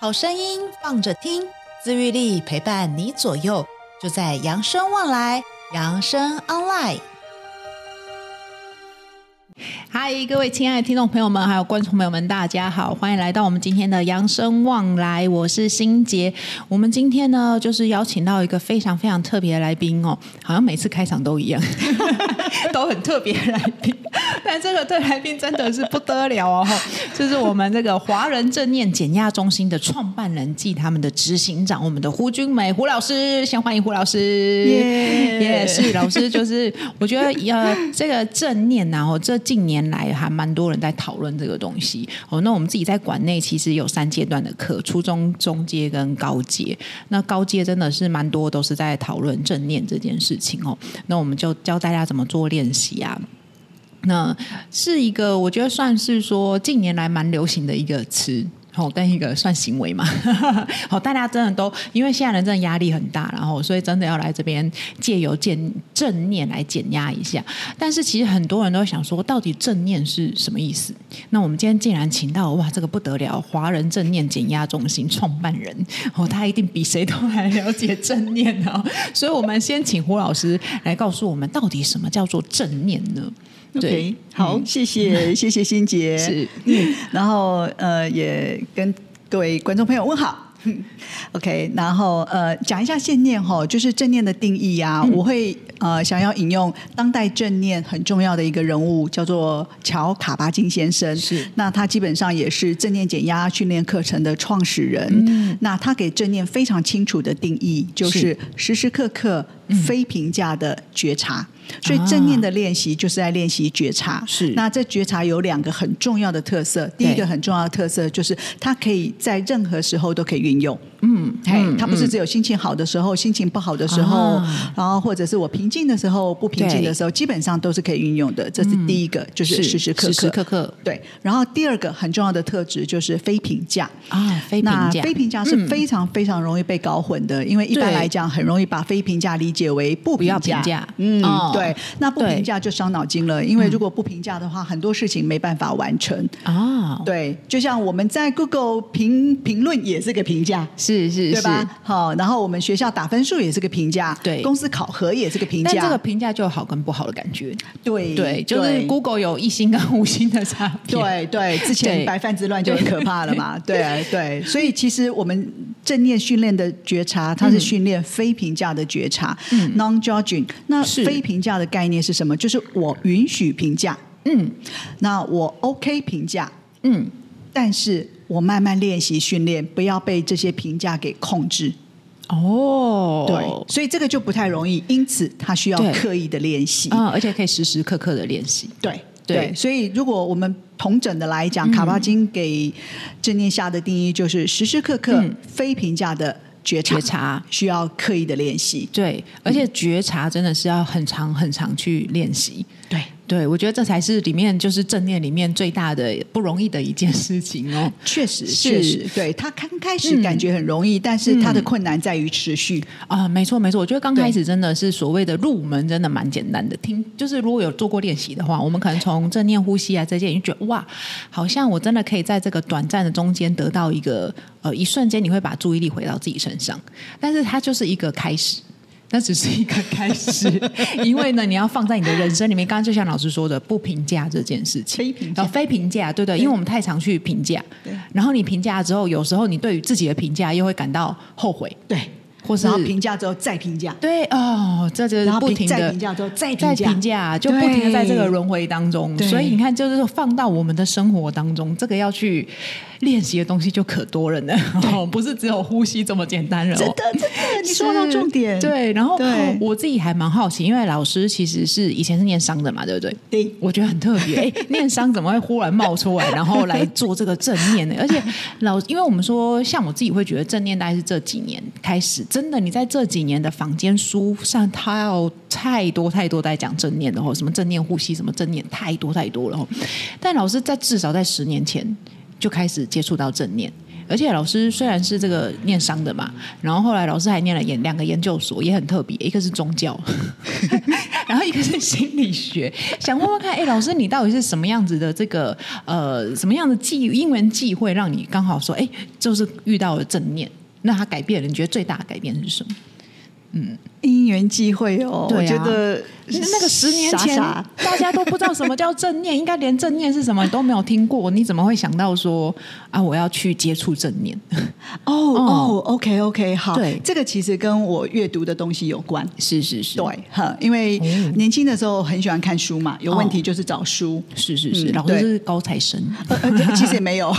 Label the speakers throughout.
Speaker 1: 好声音放着听，自愈力陪伴你左右，就在扬声望来，扬声 online。
Speaker 2: 嗨，各位亲爱的听众朋友们，还有观众朋友们，大家好，欢迎来到我们今天的扬声望来，我是心杰。我们今天呢，就是邀请到一个非常非常特别的来宾哦，好像每次开场都一样， 都很特别的来宾。 但这个对来宾真的是不得了哦，就是我们这个华人正念减压中心的创办人暨他们的执行长，我们的胡君梅胡老师，先欢迎胡老师。
Speaker 3: 耶
Speaker 2: 也是老师，就是我觉得呃，这个正念呐、啊，哦，这近年来还蛮多人在讨论这个东西哦。那我们自己在馆内其实有三阶段的课，初中、中阶跟高阶。那高阶真的是蛮多都是在讨论正念这件事情哦。那我们就教大家怎么做练习啊。那是一个，我觉得算是说近年来蛮流行的一个词。哦，跟一个算行为嘛， 好，大家真的都因为现在人真的压力很大，然后所以真的要来这边借由减正念来减压一下。但是其实很多人都想说，到底正念是什么意思？那我们今天竟然请到哇，这个不得了，华人正念减压中心创办人哦，他一定比谁都还了解正念哦。所以我们先请胡老师来告诉我们，到底什么叫做正念呢？对
Speaker 3: OK，好，谢谢谢谢欣杰，
Speaker 2: 是
Speaker 3: 嗯，然后呃也跟各位观众朋友问好。 嗯 OK，然后呃，讲一下正念哈，就是正念的定义啊。我会呃想要引用当代正念很重要的一个人物，叫做乔卡巴金先生。
Speaker 2: 是
Speaker 3: 那他基本上也是正念减压训练课程的创始人。
Speaker 2: 嗯
Speaker 3: 那他给正念非常清楚的定义，就是时时刻刻
Speaker 2: 嗯
Speaker 3: 非评价的觉察。所以正念的练习就是在练习觉察。
Speaker 2: 啊是
Speaker 3: 那这觉察有两个很重要的特色，第一
Speaker 2: 对
Speaker 3: 个很重要的特色就是它可以在任何时候都可以运用。
Speaker 2: 嗯，
Speaker 3: 嘿，
Speaker 2: 嗯
Speaker 3: 它不是只有心情好的时候，心情不好的时候，
Speaker 2: 啊
Speaker 3: 然后或者是我平静的时候、不平静
Speaker 2: 对嗯
Speaker 3: 的时候，基本上都是可以运用的。这是第一个，就是时时刻刻。
Speaker 2: 时时刻刻
Speaker 3: 对，然后第二个很重要的特质就是非评价。
Speaker 2: 啊，非评价，
Speaker 3: 那非评价是
Speaker 2: 嗯
Speaker 3: 非常非常容易被搞混的，因为一般
Speaker 2: 对
Speaker 3: 来讲很容易把非评价理解为不
Speaker 2: 不要
Speaker 3: 评
Speaker 2: 评价
Speaker 3: 嗯，
Speaker 2: 哦
Speaker 3: 对。那不
Speaker 2: 对嗯
Speaker 3: 评价就伤脑筋了，因为如果不评价的话，很多事情没办法完成。
Speaker 2: 啊，
Speaker 3: 对，就像我们在 Google 评评论也是个评价。
Speaker 2: 是是
Speaker 3: 对
Speaker 2: 是。
Speaker 3: 吧？好，然后我们学校打分数也是个评价，
Speaker 2: 对
Speaker 3: 公司考核也是个评
Speaker 2: 但
Speaker 3: 价，
Speaker 2: 这个评价就有好跟不好的感觉，
Speaker 3: 对
Speaker 2: 对，就是 Google 有一星跟五星的差别，
Speaker 3: 对对，之前
Speaker 2: 对
Speaker 3: 白饭之乱就很可怕了嘛，对啊对，所以其实我们正念训练的觉察，它是训练非评价的觉察、n o n judging。那
Speaker 2: 嗯是
Speaker 3: 非评价的概念是什么？就是我允许评价，
Speaker 2: 嗯
Speaker 3: 那我 OK 评价，
Speaker 2: 嗯，
Speaker 3: 但是我慢慢练习训练，不要被这些评价给控制。
Speaker 2: 哦，
Speaker 3: 对，所以这个就不太容易，因此它需
Speaker 2: 对
Speaker 3: 要刻意的练习。
Speaker 2: 嗯，而且可以时时刻刻的练习，
Speaker 3: 对
Speaker 2: 对嗯
Speaker 3: 对，所以如果我们同整的来讲，卡巴金给正念下的定义就是时时刻刻
Speaker 2: 嗯
Speaker 3: 非评价的觉察，
Speaker 2: 觉察
Speaker 3: 需要刻意的练习。
Speaker 2: 对，而且觉察真的是要很长很长去练习。
Speaker 3: 对
Speaker 2: 对，我觉得这才是里面就是正念里面最大的不容易的一件事情哦。
Speaker 3: 确实，
Speaker 2: 是
Speaker 3: 确实，对他刚开
Speaker 2: 嗯
Speaker 3: 始感觉很容易，但是他的困难在于持续。
Speaker 2: 啊，没错没错，我觉得刚
Speaker 3: 对
Speaker 2: 开始真的是所谓的入门，真的蛮简单的。听就是如果有做过练习的话，我们可能从正念呼吸啊这些，你就觉得哇，好像我真的可以在这个短暂的中间得到一个呃，一瞬间你会把注意力回到自己身上，但是它就是一个开始。那只是一个开 始，因为呢，你要放在你的人生里面。刚刚就像老师说的，不评价这件事情，
Speaker 3: 非评价
Speaker 2: 然后非评价，对对，因为我们太常去评价，然后你评价之后，有时候你对于自己的评价又会感到后悔，
Speaker 3: 对，
Speaker 2: 或是
Speaker 3: 然后评价之后再评价，
Speaker 2: 对哦，这就是
Speaker 3: 然后
Speaker 2: 不
Speaker 3: 评
Speaker 2: 停
Speaker 3: 再
Speaker 2: 的
Speaker 3: 评价之后再
Speaker 2: 在
Speaker 3: 评价
Speaker 2: 评价，就不停的在这个轮回当中。
Speaker 3: 对
Speaker 2: 所以你看，就是说放到我们的生活当中，这个要去练习的东西就可多了呢，哦不是只有呼吸这么简单了、哦。
Speaker 3: 真的，真的，你说到重点。
Speaker 2: 是对，然后
Speaker 3: 对
Speaker 2: 我自己还蛮好奇，因为老师其实是以前是念商的嘛，对不对？
Speaker 3: 对
Speaker 2: 我觉得很特别， 哎，念商怎么会忽然冒出来，然后来做这个正念 呢？而且老，因为我们说，像我自己会觉得正念大概是这几年开始，真的，你在这几年的坊间书上，它有太多太多在讲正念的哦，什么正念呼吸，什么正念，太多太多了哦。但老师在至少在十年前就开始接触到正念。而且老师虽然是这个念商的 嘛，然后后来老师还念了研两个研究所，也很特别，一个是宗教，然后一个是心理学，想问问看，哎，老师你到底是什么样子的这个呃什么样的际因缘际会，让你刚好说，哎，就是遇到了正念，那它改变了，你觉得最大的改变是什么？
Speaker 3: 因缘际会哦，
Speaker 2: 对啊
Speaker 3: 我觉得
Speaker 2: 那那个十年前，
Speaker 3: 傻哦傻
Speaker 2: 大家都不知道什么叫正念，应该连正念是什么都没有听过，你怎么会想到说啊，我要去接触正念？
Speaker 3: 哦哦，OK OK，好，
Speaker 2: 对
Speaker 3: 这个其实跟我阅读的东西有关。
Speaker 2: 是是是，
Speaker 3: 对，哈，因为
Speaker 2: 哦
Speaker 3: 年轻的时候很喜欢看书嘛，有问题
Speaker 2: 哦
Speaker 3: 就是找书。
Speaker 2: 是是是，
Speaker 3: 嗯
Speaker 2: 老师
Speaker 3: 对
Speaker 2: 是高材生，
Speaker 3: 呃呃其实也 没有，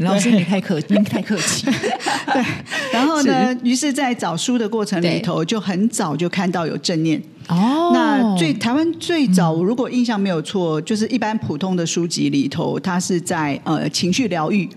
Speaker 2: 老师你太客，您太客气，
Speaker 3: 对。然后呢，于是，在找书的过程里
Speaker 2: 对
Speaker 3: 头，就很早就看到有正念。
Speaker 2: 哦
Speaker 3: 那最台湾最早，如果印象没有错，就是一般普通的书籍里头，它是在呃情绪疗愈。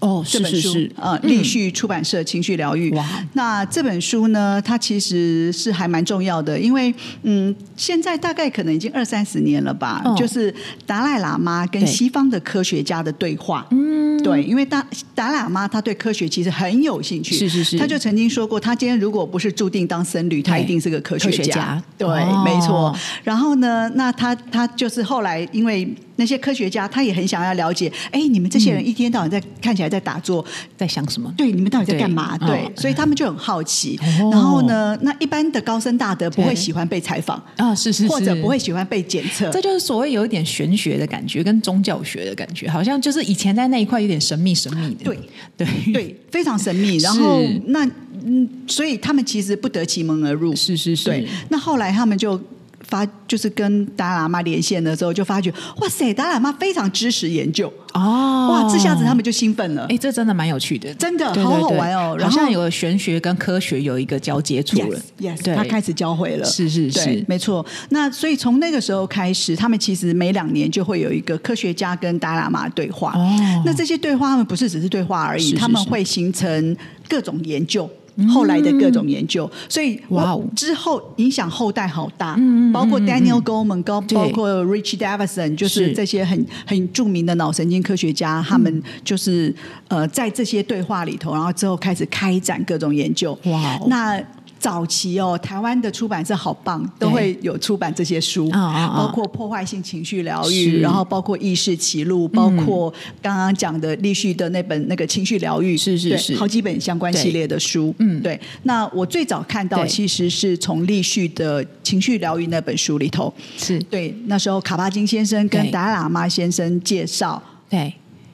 Speaker 2: 哦
Speaker 3: 这
Speaker 2: 是
Speaker 3: 本
Speaker 2: 是
Speaker 3: 书
Speaker 2: 是，嗯
Speaker 3: 呃，立讯出版社《情绪疗愈》
Speaker 2: 哇
Speaker 3: 那这本书呢，它其实是还蛮重要的，因为嗯，现在大概可能已经二三十年了吧，
Speaker 2: 哦
Speaker 3: 就是达赖喇嘛跟
Speaker 2: 对
Speaker 3: 西方的科学家的对话。嗯，对，因为达达赖喇嘛他对科学其实很有兴趣，
Speaker 2: 是是是
Speaker 3: 他就曾经说过，他今天如果不是注定当僧侣，他
Speaker 2: 对
Speaker 3: 一定是个科
Speaker 2: 科
Speaker 3: 学
Speaker 2: 学家
Speaker 3: 对，
Speaker 2: 哦
Speaker 3: 没错。然后呢，那他他就是后来因为那些科学家，他也很想要了解，哎，你们这
Speaker 2: 嗯
Speaker 3: 些人一天到晚在、看起来在打坐，
Speaker 2: 在想什么？
Speaker 3: 对，你们到底在
Speaker 2: 对
Speaker 3: 干嘛？对，
Speaker 2: 哦
Speaker 3: 所以他们就很好奇。
Speaker 2: 哦
Speaker 3: 然后呢，那一般的高僧大德不
Speaker 2: 对
Speaker 3: 会喜欢被采访，
Speaker 2: 啊，是是是，
Speaker 3: 或者不会喜欢被检测
Speaker 2: 这。就是所谓有一点玄学的感觉，跟宗教学的感觉，好像就是以前在那一块有点神秘神秘的。
Speaker 3: 对
Speaker 2: 对，
Speaker 3: 对，非常神秘。然
Speaker 2: 是
Speaker 3: 后那嗯，所以他们其实不得其门而入。
Speaker 2: 是是是
Speaker 3: 对，那后来他们就。发就是跟达喇嘛连线的时候，就发觉哇塞，达喇嘛非常支持研究，
Speaker 2: 哦，
Speaker 3: 哇，这下子他们就兴奋了。
Speaker 2: 哎，这真的蛮有趣的，
Speaker 3: 真的
Speaker 2: 对对
Speaker 3: 好好
Speaker 2: 对
Speaker 3: 玩哦
Speaker 2: 好
Speaker 3: 然后
Speaker 2: 像有个玄学跟科学有一个交接处了
Speaker 3: Yes, yes，
Speaker 2: 对，
Speaker 3: 他开始教会了，
Speaker 2: 是是
Speaker 3: 对
Speaker 2: 是
Speaker 3: 没错。那所以从那个时候开始，他们其实每两年就会有一个科学家跟达喇嘛对话。
Speaker 2: 哦
Speaker 3: 那这些对话他们不是只是对话而已，
Speaker 2: 是是
Speaker 3: 他们
Speaker 2: 是嗯
Speaker 3: 会形成各种研究。后来的各种研究，所以
Speaker 2: 哇
Speaker 3: 哇
Speaker 2: 哦
Speaker 3: 之后影响后代好大，
Speaker 2: 嗯嗯嗯
Speaker 3: 包括 Daniel Goleman，高、
Speaker 2: 对
Speaker 3: 包括 Rich Davison，就是
Speaker 2: 是嗯
Speaker 3: 这些很很著名的脑神经科学家，他们就是、呃在这些对话里头，然后之后开始开展各种研究。
Speaker 2: 哇哦
Speaker 3: 那早期哦，台湾的出版社好棒，
Speaker 2: 对
Speaker 3: 都会有出版这些书，
Speaker 2: 啊啊啊
Speaker 3: 包括破坏性情绪疗
Speaker 2: 是嗯
Speaker 3: 愈，然后包括意识歧路，包括刚刚讲的立旭的那本那个情绪疗愈，
Speaker 2: 是是
Speaker 3: 对
Speaker 2: 是
Speaker 3: 好几本相关
Speaker 2: 对
Speaker 3: 系列的书。
Speaker 2: 嗯
Speaker 3: 对。那我最早看到
Speaker 2: 对
Speaker 3: 其实是从立旭的情绪疗愈那本书里头，
Speaker 2: 是，
Speaker 3: 对，那时候卡巴金先生跟
Speaker 2: 对
Speaker 3: 达赖喇嘛先生介绍
Speaker 2: 对，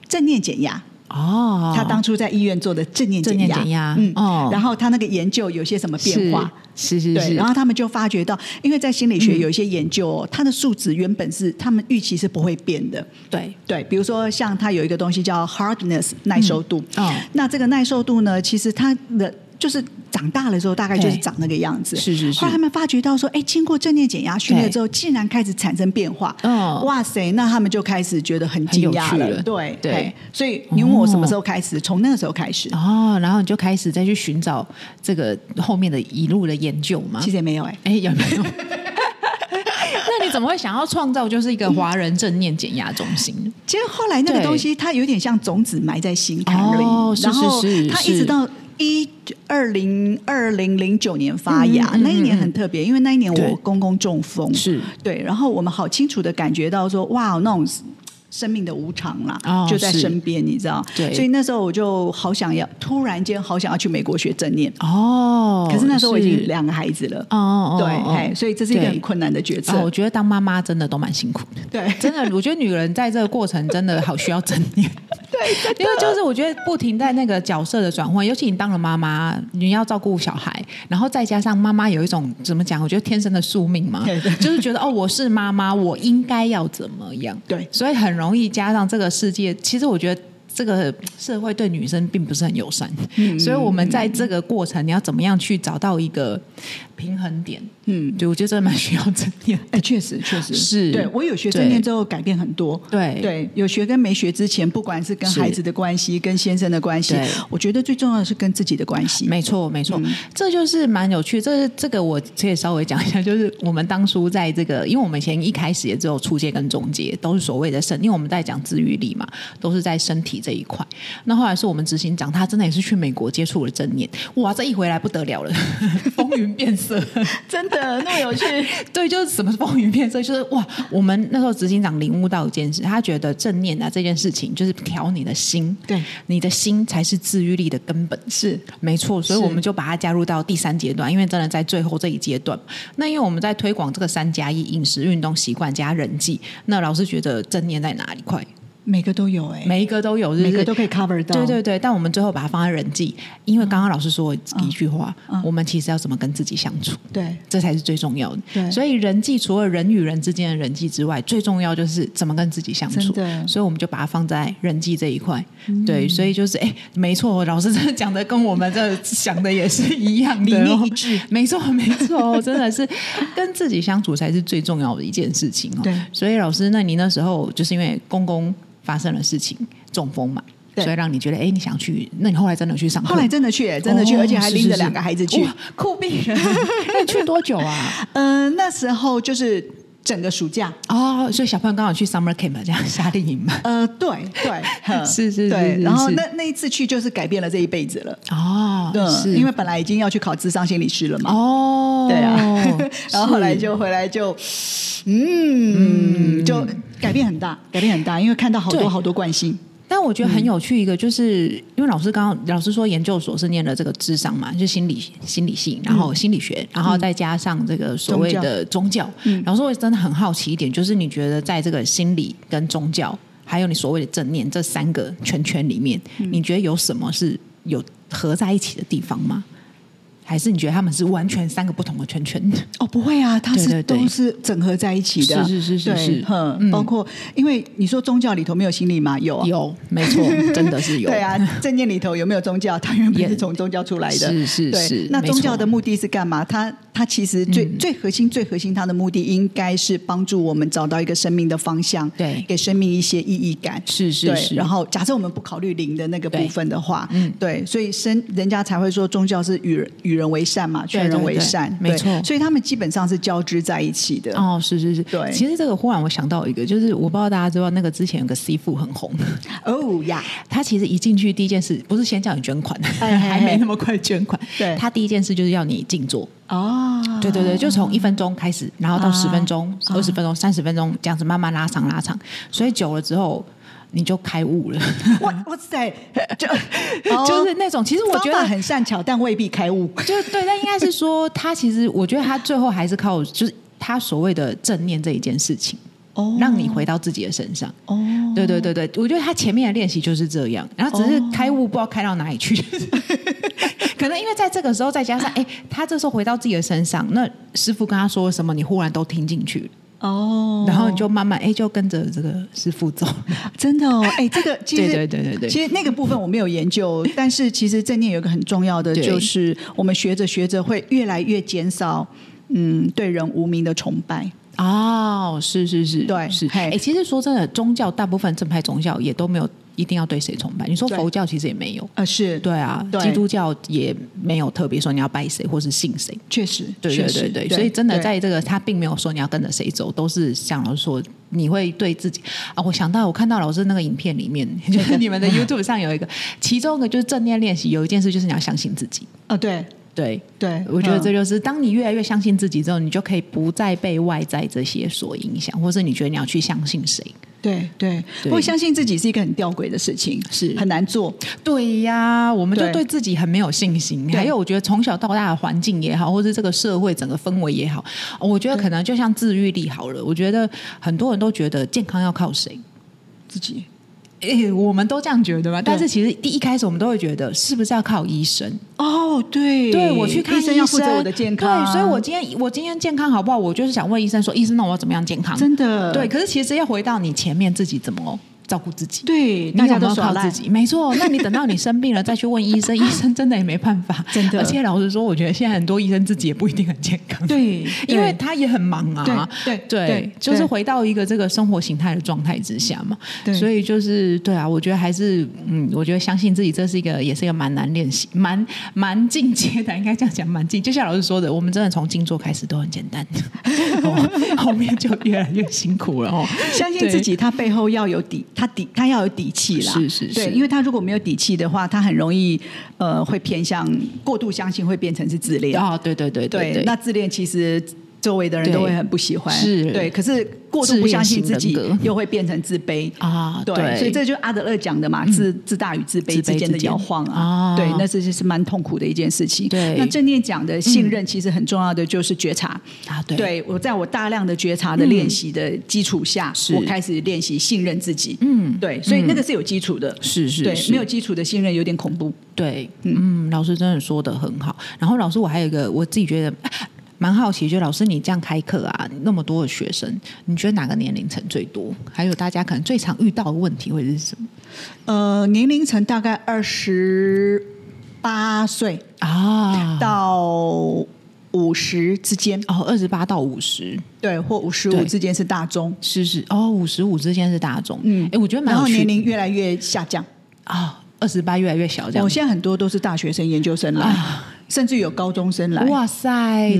Speaker 3: 正念减压。
Speaker 2: 哦，
Speaker 3: 他当初在医院做的正念
Speaker 2: 正
Speaker 3: 减
Speaker 2: 念
Speaker 3: 压，
Speaker 2: 减压
Speaker 3: 嗯，
Speaker 2: 哦
Speaker 3: 然后他那个研究有些什么变化？
Speaker 2: 是是是
Speaker 3: 对，
Speaker 2: 是，
Speaker 3: 然后他们就发觉到，因为在心理
Speaker 2: 嗯
Speaker 3: 学有一些研究、哦，它的数值原本是他们预期是不会变的。
Speaker 2: 对
Speaker 3: 对，比如说像它有一个东西叫 hardness 耐受度，
Speaker 2: 嗯哦
Speaker 3: 那这个耐受度呢，其实它的就是长大了之后大概就是
Speaker 2: 对
Speaker 3: 长那个样子。
Speaker 2: 是是是
Speaker 3: 后来他们发觉到说，哎，经过正念减压训练之后，竟然开始产生变化。
Speaker 2: 嗯
Speaker 3: 哇塞，那他们就开始觉得很
Speaker 2: 很有
Speaker 3: 惊讶
Speaker 2: 趣
Speaker 3: 了。
Speaker 2: 了
Speaker 3: 对
Speaker 2: 对
Speaker 3: 嘿所以你问我什么
Speaker 2: 哦
Speaker 3: 时候开始？从那个时候开始。
Speaker 2: 哦，然后你就开始再去寻找这个后面的一路的研究嘛
Speaker 3: 其。实也没有哎、
Speaker 2: 哎，有没 有？那你怎么会想要创造就是一个华人正念减压中心呢？
Speaker 3: 其实后来那个
Speaker 2: 对
Speaker 3: 东西，它有点像种子埋在心坎里，
Speaker 2: 哦是
Speaker 3: 然后
Speaker 2: 是是
Speaker 3: 它一直
Speaker 2: 是
Speaker 3: 到一二零二零零九年发芽。
Speaker 2: 嗯嗯嗯
Speaker 3: 那一年很特别，因为那一年
Speaker 2: 对
Speaker 3: 我公公中风，
Speaker 2: 是
Speaker 3: 对，然后我们好清楚的感觉到说，哇，那种。生命的无常啦，
Speaker 2: 哦
Speaker 3: 就在
Speaker 2: 是
Speaker 3: 身边，你知道？
Speaker 2: 对
Speaker 3: 所以那时候我就好想要，突然间好想要去美国学正念。
Speaker 2: 哦，
Speaker 3: 可是那时候我已经
Speaker 2: 是
Speaker 3: 两个孩子了，
Speaker 2: 哦哦，
Speaker 3: 对、
Speaker 2: 哦
Speaker 3: 嘿所以这是一个
Speaker 2: 对
Speaker 3: 很困难的决策。
Speaker 2: 啊，我觉得当妈妈真的都蛮辛苦的。
Speaker 3: 对，
Speaker 2: 真的，我觉得女人在这个过程真的好需要正 念。对，因为就是我觉得不停在那个角色的转换，尤其你当了妈妈，你要照顾小孩，然后再加上妈妈有一种怎么讲？我觉得天生的宿命嘛
Speaker 3: 对对，
Speaker 2: 就是觉得哦，我是妈妈，我应该要怎么样？
Speaker 3: 对
Speaker 2: 所以很容易加上这个世界。其实我觉得。这个社会对女生并不是很友善，
Speaker 3: 嗯
Speaker 2: 所以我们在这个过程，你要怎么样去找到一个平衡点？
Speaker 3: 嗯，
Speaker 2: 对，我觉得真的蛮需要正念的。
Speaker 3: 哎，确实确实
Speaker 2: 是
Speaker 3: 对我有学正念之后改变很多。
Speaker 2: 对
Speaker 3: 对，有学跟没学之前，不管是跟
Speaker 2: 是
Speaker 3: 孩子的关系、跟先生的关系
Speaker 2: 对，
Speaker 3: 我觉得最重要的是跟自己的关系。
Speaker 2: 没错，没错，这就是蛮有趣。这这个我可以稍微讲一下，就是我们当初在这个，因为我们以前一开始也只有初阶跟中阶，都是所谓的身，因为我们在讲自愈力嘛，都是在身体这一块。那后来是我 们执行长，他真的也是去美国接触了正念，哇，这一回来不得了了，风云变色。色。
Speaker 3: 真的那么有趣，
Speaker 2: 对，就是什么是风云变色，就是哇，我们那时候执行长领悟到一件事，他觉得正念啊这件事情就是调你的心，
Speaker 3: 对，
Speaker 2: 你的心才是治愈力的根本，是没错，所以
Speaker 3: 是
Speaker 2: 我们就把它加入到第三阶段，因为真的在最后这一阶段，那因为我们在推广这个三加一饮食、运动习惯加人际，那老师觉得正念在哪里快？
Speaker 3: 每个都有哎、
Speaker 2: 每一个都有，就是
Speaker 3: 每个都可以 cover 到
Speaker 2: 对对对，但我们最后把它放在人际，因为刚刚老师说一句话，
Speaker 3: 嗯嗯
Speaker 2: 我们其实要怎么跟自己相处。
Speaker 3: 对
Speaker 2: 这才是最重要的。
Speaker 3: 对
Speaker 2: 所以人际除了人与人之间的人际之外，最重要就是怎么跟自己相处
Speaker 3: 真。的嗯
Speaker 2: 所以我们就把它放在人际这一块。对，所以就是哎，没错，老师真的讲的跟我们这想的也是一样的，哦
Speaker 3: 理念一致。
Speaker 2: 没错，没错，真的是跟自己相处才是最重要的一件事情哦。
Speaker 3: 对
Speaker 2: 所以老师，那你那时候就是因为公公发生了事情，中风嘛。
Speaker 3: 对
Speaker 2: 所以让你觉得，哎、你想去？那你后来真的有去上课吗？
Speaker 3: 后来真的去、欸，真的去，
Speaker 2: 哦
Speaker 3: 而且还
Speaker 2: 是
Speaker 3: 拎着
Speaker 2: 是
Speaker 3: 两个孩子去。
Speaker 2: 哇酷毙了！那你去多久啊？
Speaker 3: 嗯、那时候就是整个暑假。
Speaker 2: 哦，所以小朋友刚好去 summer camp 这样夏令营嘛。
Speaker 3: 呃，对 对，哼
Speaker 2: 是是是
Speaker 3: 对。
Speaker 2: 是
Speaker 3: 然后
Speaker 2: 是
Speaker 3: 那那一次去就是改变了这一辈子了，嗯
Speaker 2: 哦，是
Speaker 3: 因为本来已经要去考智商心理师了嘛，
Speaker 2: 哦，，
Speaker 3: 对啊 然后后来
Speaker 2: 是
Speaker 3: 就回来就，嗯，就改变很大，改变很大，因为看到好
Speaker 2: 对
Speaker 3: 多好多惯性，
Speaker 2: 但我觉得很有趣一个，就是、因为老师刚刚老师说研究所是念了这个智商嘛，就是心理心理系，然后心理学，然后再加上这个所谓的嗯宗教。
Speaker 3: 嗯
Speaker 2: 老师，我真的很好奇一点，就是你觉得在这个心理跟宗教，还有你所谓的正念这三个圈圈里面，你觉得有什么是有合在一起的地方吗？还是你觉得他们是完全三个不同的圈圈？
Speaker 3: 哦，不会啊，它是
Speaker 2: 对对对
Speaker 3: 都是整合在一起的，
Speaker 2: 是是是是
Speaker 3: 对
Speaker 2: 是
Speaker 3: 哼
Speaker 2: 嗯
Speaker 3: 包括因为你说宗教里头没有心理嘛，有啊，
Speaker 2: 有，没 错，真的是有。
Speaker 3: 对 啊，正念里头有没有宗教？它原本
Speaker 2: 也
Speaker 3: 是从宗教出来的，
Speaker 2: 是是
Speaker 3: 对
Speaker 2: 是
Speaker 3: 那
Speaker 2: 没
Speaker 3: 宗教
Speaker 2: 错嗯
Speaker 3: 的目的是干嘛？它它其实最、最核心、最核心，它的目的应该是帮助我们找到一个生命的方向，
Speaker 2: 对
Speaker 3: 给生命一些意义感。
Speaker 2: 是是
Speaker 3: 对
Speaker 2: 是
Speaker 3: 然后假设我们不考虑灵的那个
Speaker 2: 对
Speaker 3: 部分的话，
Speaker 2: 嗯
Speaker 3: 对，所以生人家才会说宗教是与人与人为善嘛，劝
Speaker 2: 对
Speaker 3: 人
Speaker 2: 对
Speaker 3: 为
Speaker 2: 对
Speaker 3: 善，
Speaker 2: 没
Speaker 3: 对
Speaker 2: 错
Speaker 3: 所以他们基本上是交织在一起的。
Speaker 2: 哦，是是是，
Speaker 3: 对
Speaker 2: 其实这个忽然我想到一个，就是我不知道大家知道那个之前有个 C 父很红，
Speaker 3: 哦 呀，
Speaker 2: 他其实一进去第一件事不是先叫你捐款，
Speaker 3: 哎
Speaker 2: 还没那么快捐款，
Speaker 3: 对
Speaker 2: 他第一件事就是要你静坐。
Speaker 3: 哦，
Speaker 2: 对对对，就从一分钟开始，然后到
Speaker 3: 啊
Speaker 2: 十分钟、二十分钟、三十分钟这样子慢慢拉长拉长，所以久了之后你就开悟了，
Speaker 3: 哇 哇塞， 就哦
Speaker 2: 就是哦那种其实我觉
Speaker 3: 方
Speaker 2: 得
Speaker 3: 法很善巧，但未必开悟。
Speaker 2: 就是对，但应该是说他其实我觉得他最后还是靠就是他所谓的正念这一件事情，
Speaker 3: 哦
Speaker 2: 让你回到自己的身上。
Speaker 3: 哦，
Speaker 2: 对对对对，我觉得他前面的练习就是这样，然后只是开悟不知道开到哪里去， 可能因为在这个时候再加上，哎，他这时候回到自己的身上，那师傅跟他说什么，你忽然都听进去了，
Speaker 3: 哦，
Speaker 2: 然后你就慢慢哎就跟着这个师傅走，
Speaker 3: 真 的哦，哎，这个其实
Speaker 2: 对对对对对
Speaker 3: 其实那个部分我没有研究，但是其实正念有一个很重要的，
Speaker 2: 对
Speaker 3: 就是我们学着学着会越来越减少。嗯，对人无名的崇拜，
Speaker 2: 哦，是是是，
Speaker 3: 对
Speaker 2: 是。
Speaker 3: 嘿
Speaker 2: 哎，其实说真的，宗教大部分正派宗教也都没有一定要对谁崇拜，你说
Speaker 3: 对
Speaker 2: 佛教其实也没有。
Speaker 3: 呃，是
Speaker 2: 对啊，
Speaker 3: 对
Speaker 2: 基督教也没有特别说你要拜谁或是信谁，
Speaker 3: 确实，
Speaker 2: 对
Speaker 3: 确
Speaker 2: 对
Speaker 3: 实
Speaker 2: 对对，所以真的
Speaker 3: 对
Speaker 2: 在这个他并没有说你要跟着谁走，都是像老师说，你会对自己啊，我想到我看到老师那个影片里面，就是你们 的 YouTube 上有一个，其中一个就是正念练习，有一件事就是你要相信自己。
Speaker 3: 啊，对
Speaker 2: 对，
Speaker 3: 对，
Speaker 2: 我觉得
Speaker 3: 嗯
Speaker 2: 这就是当你越来越相信自己之后，你就可以不再被外在这些所影响，或是你觉得你要去相信谁。
Speaker 3: 对对，
Speaker 2: 对
Speaker 3: 不过相信自己是一个很吊诡的事情，
Speaker 2: 是
Speaker 3: 很难做，
Speaker 2: 对呀，我们就
Speaker 3: 对
Speaker 2: 对自己很没有信心。还有，我觉得从小到大的环境也好，或是这个社会整个氛围也好，我觉得
Speaker 3: 嗯
Speaker 2: 可能就像自愈力好了。我觉得很多人都觉得健康要靠谁。
Speaker 3: 自己
Speaker 2: 诶、我们都这样觉得嘛，但是其实第一开始我们都会觉得是不是要靠医生？
Speaker 3: 哦，对，
Speaker 2: 对我去看
Speaker 3: 医生要负责我的健康，
Speaker 2: 对，所以我今天我今天健康好不好？我就是想问医生说，医生那我要怎么样健康？
Speaker 3: 真的
Speaker 2: 对，可是其实要回到你前面自己怎么照顾自己。
Speaker 3: 对，
Speaker 2: 你
Speaker 3: 大
Speaker 2: 有
Speaker 3: 家
Speaker 2: 没有
Speaker 3: 都
Speaker 2: 靠
Speaker 3: 耍
Speaker 2: 自
Speaker 3: 赖，
Speaker 2: 己？没错，那你等到你生病了再去问医 生，医生真的也没办法。
Speaker 3: 真的
Speaker 2: 而且老实说，我觉得现在很多医生自己也不一定很健康。
Speaker 3: 对
Speaker 2: 因为
Speaker 3: 对
Speaker 2: 他也很忙啊。
Speaker 3: 对对对
Speaker 2: 就是
Speaker 3: 对
Speaker 2: 回到一个这个生活形态的状态之下嘛。
Speaker 3: 对
Speaker 2: 所以就是对啊，我觉得还是嗯，我觉得相信自己，这是一个也是一个蛮难练习、蛮蛮进阶的，应该这样讲，蛮进。就像老师说的，我们真的从静坐开始都很简单，哦、后面就越来越辛苦了哦。
Speaker 3: 相信自己，它背后要有底他底他要有底气啦，
Speaker 2: 是是
Speaker 3: 对，
Speaker 2: 是
Speaker 3: 因为他如果没有底气的话，他很容易呃会偏向过度相信，会变成是自恋。
Speaker 2: 啊，对对对
Speaker 3: 对，
Speaker 2: 对，
Speaker 3: 那自恋其实周围的人都
Speaker 2: 对
Speaker 3: 会很不喜欢，
Speaker 2: 是
Speaker 3: 对。可是过度不相信自己
Speaker 2: 自恋型人，格
Speaker 3: 又会变成自卑。
Speaker 2: 啊，嗯
Speaker 3: 对，所以这就是阿德勒讲的嘛，自自大与自卑
Speaker 2: 自卑
Speaker 3: 之间的
Speaker 2: 之间
Speaker 3: 摇晃
Speaker 2: 啊
Speaker 3: 啊，对，那这就是蛮痛苦的一件事情。
Speaker 2: 对嗯
Speaker 3: 那正念讲的信任其实很重要的就是觉察，
Speaker 2: 啊，对
Speaker 3: 对我在我大量的觉察的练习的基础下，
Speaker 2: 是
Speaker 3: 我开始练习信任自己。
Speaker 2: 嗯
Speaker 3: 对，所以
Speaker 2: 嗯
Speaker 3: 那个是有基础的，
Speaker 2: 是是
Speaker 3: 对，
Speaker 2: 是
Speaker 3: 没有基础的信任有点恐怖。
Speaker 2: 对，嗯，老师真的说的很好。然后老师，我还有一个我自己觉得啊蛮好奇，就老师你这样开课啊，那么多的学生，你觉得哪个年龄层最多？还有大家可能最常遇到的问题会是什么
Speaker 3: 呃，年龄层大概二十八岁
Speaker 2: 啊？
Speaker 3: 到五十之间，
Speaker 2: 哦，二十八到五十，
Speaker 3: 对，或五十
Speaker 2: 对
Speaker 3: 五之间是大中，
Speaker 2: 是是哦，五十五之间是大众，嗯，哎，我觉得蛮
Speaker 3: 然
Speaker 2: 有
Speaker 3: 后
Speaker 2: 趣
Speaker 3: 年龄越来越下降。
Speaker 2: 啊，二十八越来越小这样
Speaker 3: 我
Speaker 2: 子。
Speaker 3: 现在很多都是大学生、研究生来，
Speaker 2: 啊
Speaker 3: 甚至有高中生来。
Speaker 2: 哇塞，